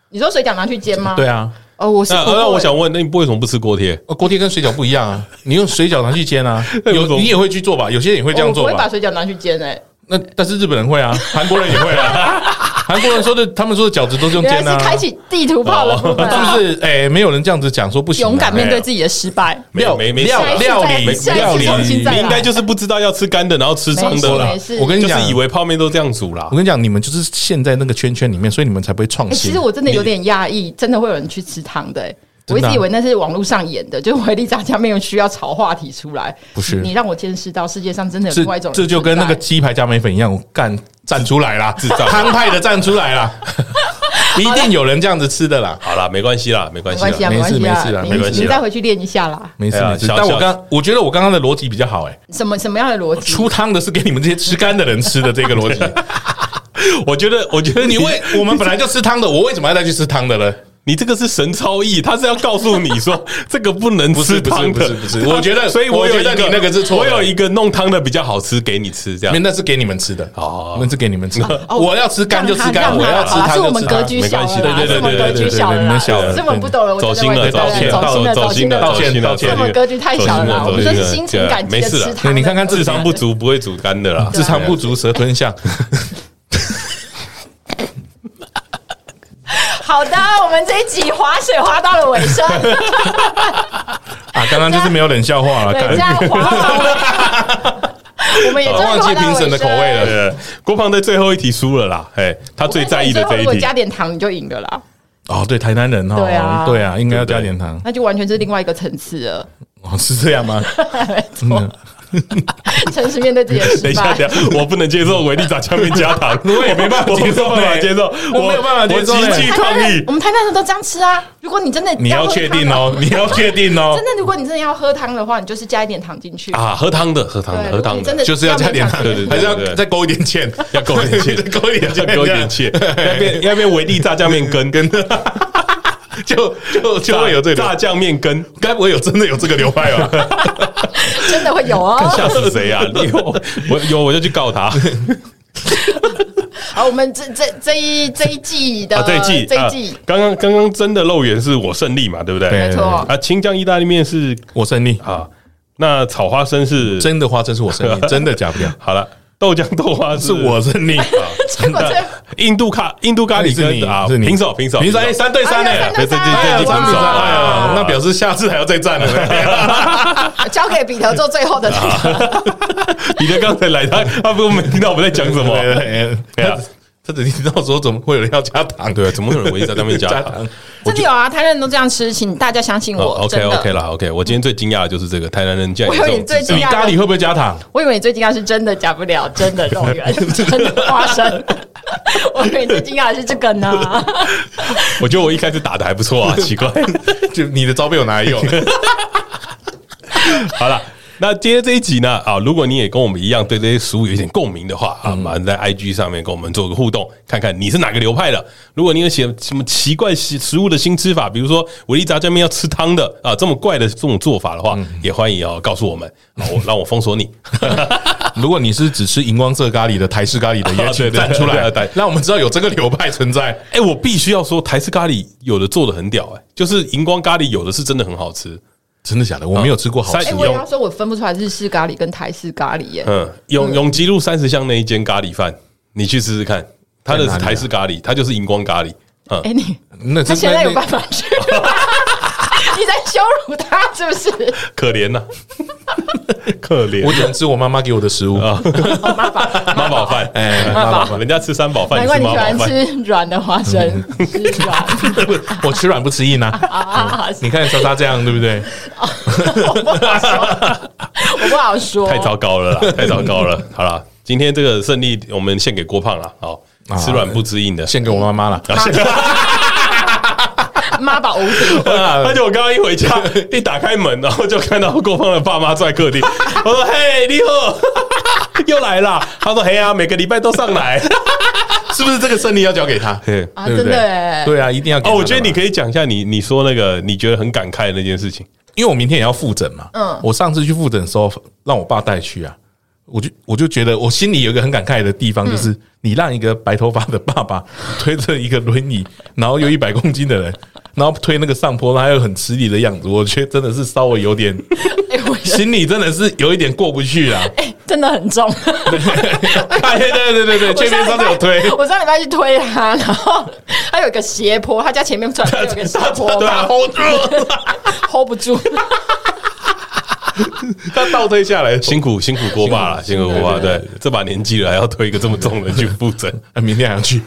[SPEAKER 2] 你
[SPEAKER 4] 你说水饺拿去煎吗？
[SPEAKER 2] 对。啊，
[SPEAKER 4] 哦，我是
[SPEAKER 3] 那
[SPEAKER 4] 不
[SPEAKER 3] 那
[SPEAKER 4] 会
[SPEAKER 3] 我想问，那你为什么不吃锅贴？
[SPEAKER 2] 呃锅贴跟水饺不一样啊，你用水饺拿去煎 [laughs] 啊，
[SPEAKER 3] 那有
[SPEAKER 2] 有
[SPEAKER 3] 什么
[SPEAKER 2] 你也会去做吧？有些人也会这样
[SPEAKER 4] 我
[SPEAKER 2] 做
[SPEAKER 4] 不会把
[SPEAKER 2] 吧？
[SPEAKER 4] 水饺拿去煎欸诶、
[SPEAKER 2] 那但是日本人会啊，韩国人也会
[SPEAKER 4] [laughs]
[SPEAKER 2] 啊，韩国人说的他们说的饺子都是用煎
[SPEAKER 4] 原
[SPEAKER 2] 的
[SPEAKER 4] 来是
[SPEAKER 2] 啊
[SPEAKER 4] 开，启地图炮的
[SPEAKER 2] [laughs]
[SPEAKER 4] 部分、啊，
[SPEAKER 2] 是不是？哎，没有人这样子讲说不行啊，
[SPEAKER 4] [laughs] 勇敢面对自己的失败。
[SPEAKER 3] 没
[SPEAKER 2] 料
[SPEAKER 3] 没没
[SPEAKER 2] 料
[SPEAKER 3] 下一
[SPEAKER 2] 啊
[SPEAKER 3] 次
[SPEAKER 2] 料
[SPEAKER 4] 再
[SPEAKER 2] 理
[SPEAKER 4] 没下一次
[SPEAKER 2] 料理
[SPEAKER 4] 重新再来
[SPEAKER 3] 你应该就是不知道要吃干的，然后吃
[SPEAKER 4] 没
[SPEAKER 3] 汤
[SPEAKER 4] 事
[SPEAKER 3] 的啦
[SPEAKER 4] 没。事，
[SPEAKER 2] 我跟你
[SPEAKER 3] 就
[SPEAKER 2] 讲
[SPEAKER 3] 是以为泡面都这样煮啦
[SPEAKER 2] 我。跟你讲，你们就是陷在那个圈圈里面，所以你们才不会创
[SPEAKER 4] 哎、
[SPEAKER 2] 新。
[SPEAKER 4] 其实我真的有点讶异，真的会有人去吃汤的、欸。
[SPEAKER 2] 真
[SPEAKER 4] 我一
[SPEAKER 2] 的啊
[SPEAKER 4] 直以为那是网络上演的，就是维力炸酱面有需要炒话题出来。
[SPEAKER 2] 不是
[SPEAKER 4] 你让我见识到世界上真的有
[SPEAKER 2] 这
[SPEAKER 4] 另外一种人
[SPEAKER 2] 这就跟那个
[SPEAKER 4] 存在
[SPEAKER 2] 鸡排加梅粉一样，我干站出来
[SPEAKER 4] [laughs]
[SPEAKER 2] 啦，
[SPEAKER 3] 智障
[SPEAKER 2] 汤派的站出来啦，一定有人这样子吃的啦。
[SPEAKER 3] 好啦，没关系啦，没关
[SPEAKER 4] 没
[SPEAKER 3] 系啦
[SPEAKER 4] 关系啊，
[SPEAKER 2] 没
[SPEAKER 4] 关
[SPEAKER 2] 事
[SPEAKER 4] 系
[SPEAKER 2] 没事
[SPEAKER 4] 啊
[SPEAKER 2] 啊，
[SPEAKER 4] 你
[SPEAKER 3] 没关系啊
[SPEAKER 4] 你再回去练一下啦。
[SPEAKER 2] 没事
[SPEAKER 3] 哎呀
[SPEAKER 2] 没事，
[SPEAKER 3] 小
[SPEAKER 2] 但我
[SPEAKER 3] 小
[SPEAKER 2] 刚我觉得我刚刚的逻辑比较好哎、
[SPEAKER 4] 什么什么样的逻辑？
[SPEAKER 2] 出汤的是给你们这些吃干的人吃的这个逻 [laughs] 辑，
[SPEAKER 3] 我觉得，我觉得
[SPEAKER 2] 你
[SPEAKER 3] 你为
[SPEAKER 2] 为我们本来就吃汤的，我为什么要再去吃汤的呢？
[SPEAKER 3] 你这个是神超意，他是要告诉你
[SPEAKER 2] [laughs]
[SPEAKER 3] 说这个不能吃汤
[SPEAKER 2] 不
[SPEAKER 3] 的，
[SPEAKER 2] 是不是不是我觉得
[SPEAKER 3] 所以我
[SPEAKER 2] 我
[SPEAKER 3] 有一
[SPEAKER 2] 觉得
[SPEAKER 3] 个
[SPEAKER 2] 你那个是错
[SPEAKER 3] 我
[SPEAKER 2] 的
[SPEAKER 3] 有一个弄汤的比较好吃给你吃，这
[SPEAKER 2] 因为
[SPEAKER 3] 样
[SPEAKER 2] 那是给你们吃的，
[SPEAKER 3] 哦
[SPEAKER 2] 那是给你们吃的。
[SPEAKER 4] 哦
[SPEAKER 2] 我要吃干就吃
[SPEAKER 4] 让
[SPEAKER 2] 干，
[SPEAKER 4] 他
[SPEAKER 2] 我要吃
[SPEAKER 4] 让他
[SPEAKER 2] 汤
[SPEAKER 4] 是我
[SPEAKER 2] 就
[SPEAKER 4] 们
[SPEAKER 2] 吃
[SPEAKER 4] 格
[SPEAKER 2] 汤。
[SPEAKER 4] 局小了啦，
[SPEAKER 3] 没关系
[SPEAKER 4] 是我们格局小了
[SPEAKER 2] 对对对对对对你
[SPEAKER 4] 啦，
[SPEAKER 2] 们小了
[SPEAKER 4] 这么不懂人，我
[SPEAKER 3] 走
[SPEAKER 4] 真
[SPEAKER 3] 心
[SPEAKER 4] 的
[SPEAKER 3] 了，
[SPEAKER 4] 会
[SPEAKER 3] 走心
[SPEAKER 4] 对
[SPEAKER 3] 了，
[SPEAKER 4] 走心了，
[SPEAKER 3] 走心了，
[SPEAKER 4] 了，
[SPEAKER 2] 走心了
[SPEAKER 3] 道
[SPEAKER 2] 道歉
[SPEAKER 3] 歉
[SPEAKER 4] 这，么格局太小了啦，我
[SPEAKER 3] 走
[SPEAKER 4] 们
[SPEAKER 3] 心
[SPEAKER 4] 都
[SPEAKER 3] 了
[SPEAKER 4] 是心情感激
[SPEAKER 2] 啊
[SPEAKER 3] 啊没
[SPEAKER 4] 的
[SPEAKER 3] 事
[SPEAKER 4] 吃
[SPEAKER 3] 了，
[SPEAKER 4] 汤的。
[SPEAKER 2] 你看看
[SPEAKER 3] 智商不足不会煮干的啦，
[SPEAKER 2] 智商啊不足蛇吞
[SPEAKER 4] [laughs]
[SPEAKER 2] 象，
[SPEAKER 4] 好的，我们这一集划水划到了尾
[SPEAKER 2] [laughs]
[SPEAKER 4] 声，
[SPEAKER 2] 啊，刚刚就是没有冷笑话了，
[SPEAKER 4] 对，这
[SPEAKER 2] 感
[SPEAKER 4] 样划完了，我
[SPEAKER 3] 哎
[SPEAKER 4] 们也终于
[SPEAKER 2] 忘
[SPEAKER 4] 划
[SPEAKER 2] 记
[SPEAKER 4] 到了
[SPEAKER 2] 评审的
[SPEAKER 4] 尾
[SPEAKER 2] 口
[SPEAKER 4] 声
[SPEAKER 2] 味了。
[SPEAKER 3] 对，郭胖在最后一题输了啦，哎，他最在意的这
[SPEAKER 4] 如
[SPEAKER 3] 一
[SPEAKER 4] 果
[SPEAKER 3] 题
[SPEAKER 4] 加，点糖你就赢了啦，
[SPEAKER 2] 哦，对，台南人哈，
[SPEAKER 4] 对啊
[SPEAKER 2] 对啊，应该要
[SPEAKER 3] 对
[SPEAKER 2] 加
[SPEAKER 3] 不对
[SPEAKER 2] 点糖，
[SPEAKER 4] 那就完全是另外一个层次了。
[SPEAKER 2] 哦，是这样
[SPEAKER 4] [laughs]
[SPEAKER 2] 吗？真的，
[SPEAKER 4] 诚实面对自己的
[SPEAKER 3] 等
[SPEAKER 4] 失
[SPEAKER 3] 一下，
[SPEAKER 4] 败。
[SPEAKER 3] 等一下，我不能接受维力炸酱面加
[SPEAKER 2] [laughs]
[SPEAKER 3] 糖，我也没办法
[SPEAKER 2] 接受
[SPEAKER 3] 我没办法
[SPEAKER 2] 欸
[SPEAKER 3] 接受，
[SPEAKER 2] 我没有办法接受
[SPEAKER 3] 我
[SPEAKER 2] 欸
[SPEAKER 3] 极其
[SPEAKER 4] 台湾
[SPEAKER 3] 抗
[SPEAKER 4] 人
[SPEAKER 3] 议
[SPEAKER 4] 我。们台南人都这样吃啊。如果你真的
[SPEAKER 2] 你要确定
[SPEAKER 4] 喝汤
[SPEAKER 2] [laughs] 哦，你要确定哦
[SPEAKER 4] 的，真，的，如果你真的要喝汤的话，你就是加一点糖进去。
[SPEAKER 3] 啊，喝汤的，喝汤的，
[SPEAKER 4] 对
[SPEAKER 3] 喝
[SPEAKER 4] 如果
[SPEAKER 3] 汤
[SPEAKER 4] 你真
[SPEAKER 3] 的
[SPEAKER 4] 的，
[SPEAKER 2] 就是要加点糖，
[SPEAKER 4] 要
[SPEAKER 2] 还是
[SPEAKER 3] 勉强对对对对
[SPEAKER 2] 要再勾一点芡，
[SPEAKER 3] 要勾一点芡
[SPEAKER 2] 勾一点
[SPEAKER 3] 要
[SPEAKER 2] 芡，啊
[SPEAKER 3] 勾一点芡，要变要变维力炸酱面羹， [laughs] 跟
[SPEAKER 2] 就就就会有这
[SPEAKER 3] 炸
[SPEAKER 2] 个，
[SPEAKER 3] 酱面羹，
[SPEAKER 2] [laughs] 该不会有真的有这个流派哦
[SPEAKER 3] [laughs]
[SPEAKER 2] 吧？
[SPEAKER 4] 真的会有哦。
[SPEAKER 3] 吓死谁 [laughs] 啊？你有我有我就去告他，
[SPEAKER 4] 好，我们这这这一这一季的
[SPEAKER 3] 啊，这一季
[SPEAKER 4] 这
[SPEAKER 3] 啊
[SPEAKER 4] 一季，
[SPEAKER 3] 刚刚刚刚真的肉圆是我胜利嘛，对不对？
[SPEAKER 4] 没错，
[SPEAKER 3] 啊，青酱意大利面是
[SPEAKER 2] 我胜利，
[SPEAKER 3] 啊，那草花生是
[SPEAKER 2] 真的花真是我胜利，真的假不
[SPEAKER 3] [laughs]
[SPEAKER 2] 了，
[SPEAKER 3] 好了，豆浆豆花
[SPEAKER 2] 是我胜
[SPEAKER 3] [laughs]
[SPEAKER 2] 利。
[SPEAKER 3] 啊
[SPEAKER 4] 结果这
[SPEAKER 3] 印度咖印度咖喱
[SPEAKER 2] 是
[SPEAKER 3] 跟
[SPEAKER 2] 你
[SPEAKER 3] 啊，
[SPEAKER 2] 是你
[SPEAKER 3] 平手平手 [laughs]
[SPEAKER 2] 平手，哎，三对三
[SPEAKER 4] 哎
[SPEAKER 2] 哎
[SPEAKER 4] 呀，三对三
[SPEAKER 3] 哎呀
[SPEAKER 2] 这场比赛，
[SPEAKER 3] 哇
[SPEAKER 2] 哎呀，那表示下次还要再战了。
[SPEAKER 4] 啊交给彼得做最后的那
[SPEAKER 3] 啊
[SPEAKER 4] 个。
[SPEAKER 3] 彼得刚才来，他他不没听到我们在讲什么？
[SPEAKER 2] [laughs] 对
[SPEAKER 3] 对啊
[SPEAKER 2] 他他只听到说怎么会有人要加糖？
[SPEAKER 3] 对啊，怎么会有人维力炸酱面加
[SPEAKER 2] [laughs] 加
[SPEAKER 3] 糖
[SPEAKER 2] 糖？？
[SPEAKER 4] 真的有啊，台南人都这样吃，请大家相信我。
[SPEAKER 3] 哦、OK
[SPEAKER 4] 真的
[SPEAKER 3] OK 啦 OK，我今天最惊讶的就是这个台南人竟然
[SPEAKER 4] 我以为
[SPEAKER 3] 这
[SPEAKER 4] 你
[SPEAKER 3] 种
[SPEAKER 4] 最
[SPEAKER 3] 自
[SPEAKER 4] 惊
[SPEAKER 3] 制
[SPEAKER 2] 你
[SPEAKER 3] 力
[SPEAKER 4] 讶
[SPEAKER 2] 咖喱
[SPEAKER 4] 的，
[SPEAKER 2] 会不会加糖？
[SPEAKER 4] 我以为你最惊讶是真的假不了，真的肉圆，真的花生。 [laughs] 我以为你最惊讶的是这个呢。
[SPEAKER 3] 我觉得我一开始打的还不错
[SPEAKER 4] [laughs]
[SPEAKER 3] 啊，奇怪。
[SPEAKER 2] [laughs] 就你的招被我拿来用，
[SPEAKER 3] 好了。那今天这一集呢啊，如果你也跟我们一样对这些食物有一点共鸣的话
[SPEAKER 4] 嗯
[SPEAKER 3] 啊，马上在 IG 上面跟我们做个互动，看看你是哪个流派的。如果你有写什么奇怪食食物的新吃法，比如说维力炸酱面要吃汤的啊，这么怪的这种做法的话，
[SPEAKER 4] 嗯
[SPEAKER 3] 也欢迎哦告诉我们，啊，我让我封锁你。
[SPEAKER 2] [laughs] 如果你是只吃荧光色咖喱的台式咖喱的，也
[SPEAKER 3] 对
[SPEAKER 2] 请
[SPEAKER 3] 对
[SPEAKER 2] 站出
[SPEAKER 3] 对
[SPEAKER 2] 来
[SPEAKER 3] 对对，
[SPEAKER 2] 让我们知道有这个流派存在。
[SPEAKER 3] 哎、我必须要说，台式咖喱有的做的很屌哎、就是荧光咖喱有的是真的很好吃，
[SPEAKER 2] 真的假的？我没有吃过好
[SPEAKER 4] 哎、
[SPEAKER 2] 吃
[SPEAKER 3] 三
[SPEAKER 4] 我
[SPEAKER 2] 的
[SPEAKER 4] 也要说，我分不出来日式咖喱跟台式咖喱耶。
[SPEAKER 3] 嗯，永永吉路三十巷那一间咖喱饭，你去试试看，它的
[SPEAKER 2] 在哪
[SPEAKER 3] 是
[SPEAKER 2] 里啊
[SPEAKER 3] 台式咖喱，它就是荧光咖喱。嗯
[SPEAKER 4] 哎、，你
[SPEAKER 2] 那
[SPEAKER 4] 他
[SPEAKER 2] 真
[SPEAKER 4] 现在有办
[SPEAKER 2] 的
[SPEAKER 4] 法去？ [laughs] 你在羞辱他是不是？
[SPEAKER 3] 可怜呐、可怜
[SPEAKER 2] 我只能吃我妈妈给我的食物。
[SPEAKER 3] 啊，
[SPEAKER 4] 好麻烦，
[SPEAKER 3] 妈宝饭，哎，妈宝饭，人家吃三宝饭，你
[SPEAKER 4] 难怪
[SPEAKER 3] 吃
[SPEAKER 4] 你
[SPEAKER 3] 妈
[SPEAKER 4] 喜欢
[SPEAKER 3] 宝饭。
[SPEAKER 4] 吃软的花生，吃软
[SPEAKER 2] 我吃软不吃硬啊！ [laughs]
[SPEAKER 4] 啊！
[SPEAKER 2] 你看莎莎这样对不对？
[SPEAKER 4] 我不好说，我不好说，
[SPEAKER 3] 太糟糕了啦，太糟糕了。好啦，今天这个胜利我们献给郭胖了，好，
[SPEAKER 2] 啊
[SPEAKER 3] 吃软不吃硬的。
[SPEAKER 2] 献给我妈妈了。
[SPEAKER 3] [laughs]
[SPEAKER 4] 妈宝无敌。
[SPEAKER 2] 啊
[SPEAKER 3] 而且我刚刚一回家，一打开门，然后就看到郭胖的爸妈在客厅。 [laughs] 我说：“嘿，你好， [laughs] 又来啦。”他说：“嘿啊，每个礼拜都上来。
[SPEAKER 2] 是不是这个胜利要交给他？
[SPEAKER 3] [laughs] 嘿
[SPEAKER 4] 啊
[SPEAKER 2] 对不
[SPEAKER 4] 真的
[SPEAKER 2] 对
[SPEAKER 4] 耶？
[SPEAKER 2] 对啊，一定要”给他
[SPEAKER 3] 哦，
[SPEAKER 2] 的
[SPEAKER 3] 我觉得你
[SPEAKER 2] 嘛
[SPEAKER 3] 可以讲一下你你说那个你觉得很感慨的那件事情。
[SPEAKER 2] 因为我明天也要复诊嘛。
[SPEAKER 4] 嗯
[SPEAKER 2] 我上次去复诊的时候，让我爸带去啊，我就我就觉得我心里有一个很感慨的地方，就是你让一个白头发的爸爸推着一个轮椅，然后又一百公斤的人，然后推那个上坡，他又很吃力的样子，我觉得真的是稍微有点，
[SPEAKER 4] 哎、我觉得
[SPEAKER 2] 心里真的是有一点过不去啦。
[SPEAKER 4] 真的很重。
[SPEAKER 2] 哎，对对对对，
[SPEAKER 4] 我
[SPEAKER 2] 这边上次有推。
[SPEAKER 4] [laughs] 我上礼拜去推他，然后他有一个斜坡，他家前面突然有一个斜坡，
[SPEAKER 3] [laughs] 对
[SPEAKER 4] 他
[SPEAKER 3] 啊，
[SPEAKER 2] 好热，
[SPEAKER 4] hold 不住。
[SPEAKER 2] 他倒推下来，
[SPEAKER 3] 辛苦辛苦锅巴了，辛苦锅巴。对，这把年纪了还要推一个这么重的去复 [laughs] 诊，
[SPEAKER 2] 啊明天还要去。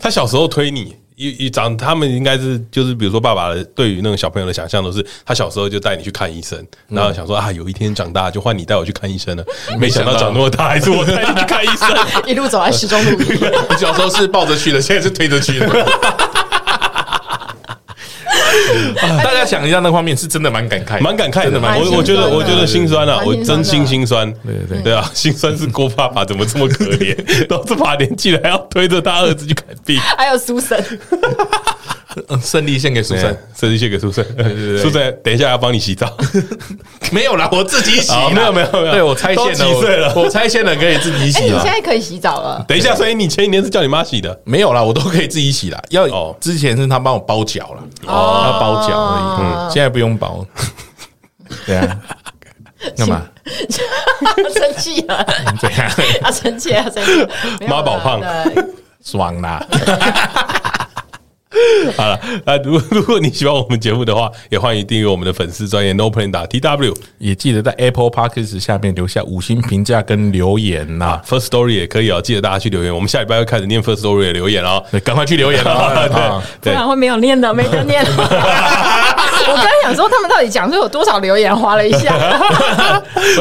[SPEAKER 3] 他小时候推你。一一长，他们应该是就是，比如说爸爸的对于那种小朋友的想象都是，他小时候就带你去看医生，然后想说啊，有一天长大就换你带我去看医生了。没想到长那么大还是我带你去看医生。
[SPEAKER 4] [laughs] 一路走来始终如一。
[SPEAKER 2] [laughs] 你小时候是抱着去的，现在是推着去的。
[SPEAKER 3] [laughs]
[SPEAKER 2] 啊大家想一下那画面，是真的蛮感慨的，
[SPEAKER 3] 蛮感慨
[SPEAKER 2] 真的
[SPEAKER 3] 的，
[SPEAKER 2] 蛮
[SPEAKER 4] 蛮
[SPEAKER 3] 我我觉得
[SPEAKER 4] 心酸的
[SPEAKER 3] 我觉得心酸啊，
[SPEAKER 4] 蛮
[SPEAKER 3] 我
[SPEAKER 4] 心酸
[SPEAKER 3] 真
[SPEAKER 4] 的
[SPEAKER 3] 心心酸。
[SPEAKER 2] 对对对
[SPEAKER 3] 对啊，心酸是郭爸爸怎么这么可怜，到这把年纪了还要推着他儿子去看病。
[SPEAKER 4] 还有苏神，
[SPEAKER 2] 嗯 [laughs] 胜利献给苏珊。
[SPEAKER 3] 设计献给苏珊，
[SPEAKER 2] 对
[SPEAKER 3] 苏珊，等一下要帮你洗澡。
[SPEAKER 2] [laughs] 没有啦，我自己洗啦
[SPEAKER 3] 哦没有没有没有
[SPEAKER 2] 对我拆线
[SPEAKER 3] 都几岁了
[SPEAKER 2] 了，我我拆线了可以自己
[SPEAKER 4] 哎，
[SPEAKER 2] 洗
[SPEAKER 4] 你
[SPEAKER 2] 了
[SPEAKER 4] 现。在可以洗澡了。
[SPEAKER 3] 等一下，所以你前几天是叫你妈洗的，
[SPEAKER 2] 没有啦，我都可以自己洗啦。要
[SPEAKER 3] 哦
[SPEAKER 2] 之前是他帮我包脚了，
[SPEAKER 4] 哦
[SPEAKER 2] 他包脚而已，嗯，现在不用包。对啊， [laughs] 干嘛？
[SPEAKER 4] 生气了，
[SPEAKER 2] 怎样？
[SPEAKER 4] 啊，生气啊，生气了！没有
[SPEAKER 3] 妈宝胖
[SPEAKER 4] 了对
[SPEAKER 2] 爽啦！
[SPEAKER 3] 好了，啊，如如果你喜欢我们节目的话，也欢迎订阅我们的粉丝专业 No Plan 打 T W
[SPEAKER 2] 也记得在 Apple Podcast 下面留下五星评价跟留言呐
[SPEAKER 3] 啊，，First Story 也可以哦，记得大家去留言，我们下礼拜会开始念 First Story 的留言哦。
[SPEAKER 2] 对赶快去留言 [laughs] 啊！
[SPEAKER 4] 不
[SPEAKER 3] [laughs] 对
[SPEAKER 4] 然会没有念的， [laughs] 没得念。我刚才想说，他们到底讲出有多少留言，划了一下，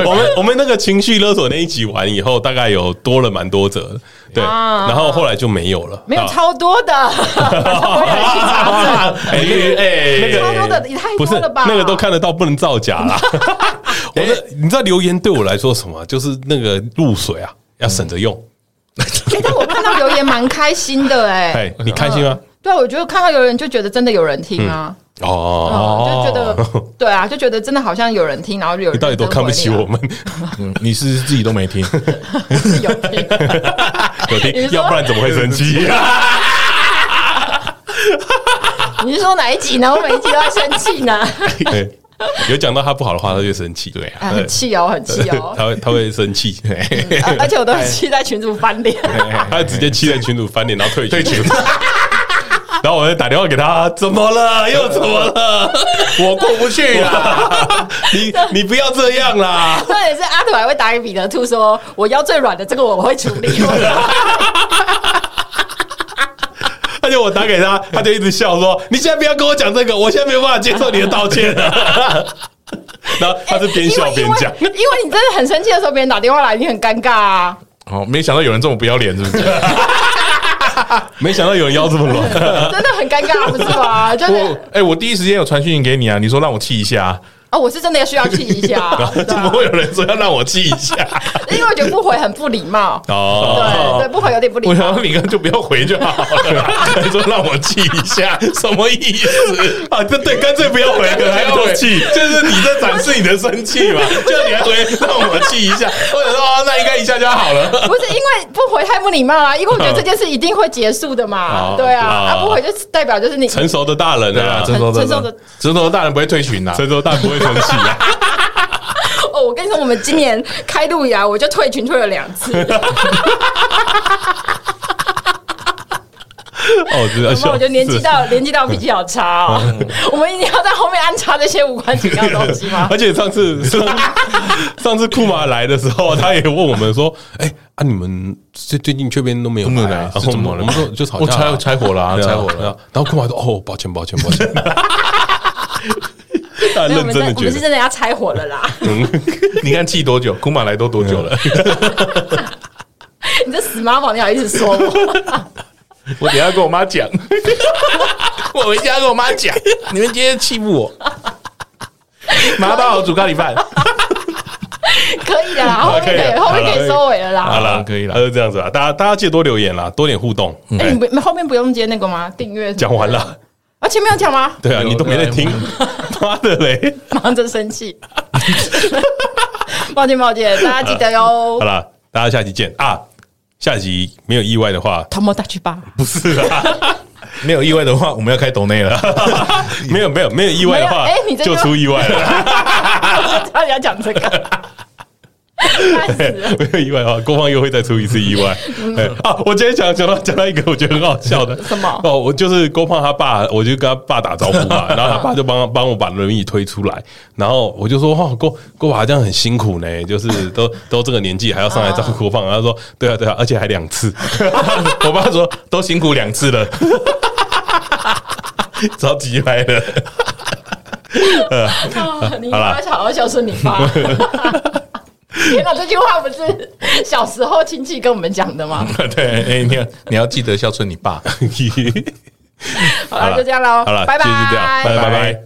[SPEAKER 3] 我们我们那个情绪勒索那一集完以后，大概有多了蛮多折，对，
[SPEAKER 4] 啊
[SPEAKER 3] 然后后来就没有了，
[SPEAKER 4] 没有
[SPEAKER 3] 啊
[SPEAKER 4] 超多的，我有去查证，
[SPEAKER 3] [laughs] 哎
[SPEAKER 2] 哎，
[SPEAKER 4] 超多的，也太
[SPEAKER 3] 不是
[SPEAKER 4] 多了吧？
[SPEAKER 3] 那个都看得到，不能造假
[SPEAKER 4] [laughs]
[SPEAKER 3] 啦。我的，你知道留言对我来说什么？就是那个露水啊，要省着用。
[SPEAKER 4] 哎，但我看到留言蛮开心的，哎，
[SPEAKER 3] 哎，你开心吗？
[SPEAKER 4] 对啊，我觉得看到留言就觉得真的有人听啊，
[SPEAKER 3] 哦
[SPEAKER 4] 哦，，就觉得 [laughs] 对啊，就觉得真的好像有人听，然后有人
[SPEAKER 3] 你到底多看不起
[SPEAKER 4] [laughs]
[SPEAKER 3] 我们？
[SPEAKER 2] 嗯你是不是自己都没听，
[SPEAKER 4] 是有听，
[SPEAKER 3] 有
[SPEAKER 4] 你
[SPEAKER 3] 听，
[SPEAKER 4] 说
[SPEAKER 3] 要不然怎么会生
[SPEAKER 4] [laughs]
[SPEAKER 3] 气？
[SPEAKER 4] 你是说哪一集呢？我每一集都在生气呢， [laughs]
[SPEAKER 3] 对哎有讲到他不好的话，他就生气。对
[SPEAKER 4] 啊很气哦，很气
[SPEAKER 3] [laughs]
[SPEAKER 4] 哦，
[SPEAKER 3] 他会他会生
[SPEAKER 4] [laughs]
[SPEAKER 3] 气，
[SPEAKER 4] 啊而且我都很气在群主翻脸， [laughs]
[SPEAKER 3] 他直接气在群主翻脸，然后退群。 [laughs] 然后我就打电话给他，怎么了？又怎么了？
[SPEAKER 2] 我过不去啦！
[SPEAKER 3] [laughs] 你你不要这样啦！
[SPEAKER 4] 重点是阿土还会打给彼得兔说：“我腰最软的这个我会处理。
[SPEAKER 3] 而且我打给他，他就一直笑说：“你现在不要跟我讲这个，我现在没有办法接受你的道歉了。” [laughs] 然后他是”边笑边 [laughs] 讲，
[SPEAKER 4] 哎因为因为因为你真的很生气的时候，别人打电话来，你很尴尬
[SPEAKER 3] [laughs]
[SPEAKER 4] 啊。
[SPEAKER 2] 哦，没想到有人这么不要脸，是不是？
[SPEAKER 3] 没想到有人腰这么软。
[SPEAKER 4] 真的很尴尬，啊不是
[SPEAKER 3] [laughs]
[SPEAKER 4] 吗？就是
[SPEAKER 2] 我哎、我第一时间有传讯给你啊，你说让我气一下，
[SPEAKER 4] 哦，我是真的需要气一
[SPEAKER 3] [laughs]
[SPEAKER 4] 下，啊
[SPEAKER 2] 怎么会有人说要让我气一下？ [laughs]
[SPEAKER 4] 因为我觉得不回很不礼貌。对
[SPEAKER 3] 哦，
[SPEAKER 4] 对，不回有点不礼
[SPEAKER 2] 我想
[SPEAKER 4] 貌
[SPEAKER 2] 说。你刚刚就不要回就好 [laughs] 了，你说让我气一下，什么意思？
[SPEAKER 3] 啊，这对，干脆不要
[SPEAKER 2] [laughs]
[SPEAKER 3] 回，可能还不气，
[SPEAKER 2] 就是你在展示你的生气 [laughs] 嘛，就你还回让我气一下，或者说哦，那应该一下就好了。
[SPEAKER 4] 不是因为不回太不礼貌啊，因为我觉得这件事一定会结束的
[SPEAKER 3] 好
[SPEAKER 4] 嘛。对啊，
[SPEAKER 3] 好
[SPEAKER 4] 啊不回就代表就是你
[SPEAKER 3] 哦成熟的大人
[SPEAKER 2] 对啊，
[SPEAKER 3] 啊，
[SPEAKER 2] 成熟的
[SPEAKER 4] 成熟的
[SPEAKER 2] 成熟的大人不会退群呐、
[SPEAKER 3] 成熟大人不会生气啊。
[SPEAKER 4] 哦。我跟你说，我们今年开录以来，我就退群退了两
[SPEAKER 3] [laughs]
[SPEAKER 4] 次，
[SPEAKER 3] 哦，知道，
[SPEAKER 4] 然后我就年纪到年纪到脾气好差哦。
[SPEAKER 3] 嗯
[SPEAKER 4] 我们一定要在后面安插这些无关紧要的东西吗？
[SPEAKER 3] 而且上次上上次库马来的时候，他也问我们
[SPEAKER 4] [laughs]
[SPEAKER 3] 说：“哎、啊，你们最最近这边都没有
[SPEAKER 2] 都没有来
[SPEAKER 3] 啊
[SPEAKER 2] 是
[SPEAKER 3] 然后我
[SPEAKER 2] 怎
[SPEAKER 3] 们
[SPEAKER 2] 么了
[SPEAKER 3] 我们说就吵
[SPEAKER 2] 我
[SPEAKER 3] 架啊、
[SPEAKER 2] 拆拆伙了啊，
[SPEAKER 3] 对啊
[SPEAKER 2] 拆伙。
[SPEAKER 3] 对
[SPEAKER 2] 了。
[SPEAKER 3] 啊然后库马说：“哦，抱歉，抱歉，抱歉。” [laughs] 他
[SPEAKER 4] 所以我
[SPEAKER 3] 认
[SPEAKER 4] 们
[SPEAKER 3] 真
[SPEAKER 4] 真
[SPEAKER 3] 的
[SPEAKER 4] 我
[SPEAKER 3] 觉
[SPEAKER 4] 们是
[SPEAKER 3] 得，嗯
[SPEAKER 4] 真的要拆伙了啦！
[SPEAKER 2] 你看气多久？库马来都多久了？
[SPEAKER 4] [laughs] 你这死妈宝，你好意思说我？ [laughs]
[SPEAKER 2] 我等一下跟我妈讲，我回家跟我妈讲，你们今天欺负我，妈帮我煮咖喱饭。
[SPEAKER 4] 可以
[SPEAKER 3] [laughs]
[SPEAKER 4] 的啦，后
[SPEAKER 3] 好
[SPEAKER 4] 面可以，后面可以收尾了
[SPEAKER 3] 啊好
[SPEAKER 4] 啦。
[SPEAKER 3] 啦，
[SPEAKER 2] 可以啦嗯
[SPEAKER 3] 那就这样子啊啦。大家大家记得多留言啦，多点互动。
[SPEAKER 4] 哎，
[SPEAKER 3] 哎
[SPEAKER 4] 你不后面不用接那个吗？订阅什么
[SPEAKER 3] 讲完了，
[SPEAKER 4] 啊，前面有讲吗？ [laughs]
[SPEAKER 3] 对啊，
[SPEAKER 2] 哎有
[SPEAKER 3] 你都没在
[SPEAKER 2] 对啊
[SPEAKER 3] 听， [laughs] 妈的嘞！
[SPEAKER 4] 忙着生气， [laughs] 抱歉抱歉，大家记得哟
[SPEAKER 3] 好。啦，大家下期见啊！下集没有意外的话， [laughs]
[SPEAKER 4] 头摸大去吧，
[SPEAKER 3] 不是啦。
[SPEAKER 2] 没有意外的话，我们要开抖内了。
[SPEAKER 3] 没有没有没有意外的话，
[SPEAKER 4] 没有哎你这
[SPEAKER 3] 就
[SPEAKER 4] 个
[SPEAKER 3] 出意外了。
[SPEAKER 4] 大家讲这个。
[SPEAKER 3] [laughs] 没有意外的话，郭芳又会再出一次意外。哎啊，我今天讲讲到讲到一个我觉得很好笑的，
[SPEAKER 4] 嗯什么
[SPEAKER 3] 哦，我就是郭胖他爸，我就跟他爸打招呼
[SPEAKER 4] [laughs]
[SPEAKER 3] 嘛，然后他爸就帮帮我把轮椅推出来，然后我就说哦，郭郭爸这样很辛苦呢，就是都都这个年纪还要上来照顾郭胖，他说对啊对啊，而且还两次， [laughs] 我爸说都辛苦两
[SPEAKER 2] [laughs]
[SPEAKER 3] 次了，着急来了。
[SPEAKER 4] 啊你
[SPEAKER 3] 好啦
[SPEAKER 4] 发小，我小时候你
[SPEAKER 3] [laughs]
[SPEAKER 4] 发。天哪，这句话不是小时候亲戚跟我们讲的吗？
[SPEAKER 2] 对，哎、你要你要记得孝顺你爸。
[SPEAKER 4] 好了，就这样喽，
[SPEAKER 3] 好了，
[SPEAKER 4] 拜拜，
[SPEAKER 3] 今天就这样，拜拜拜拜。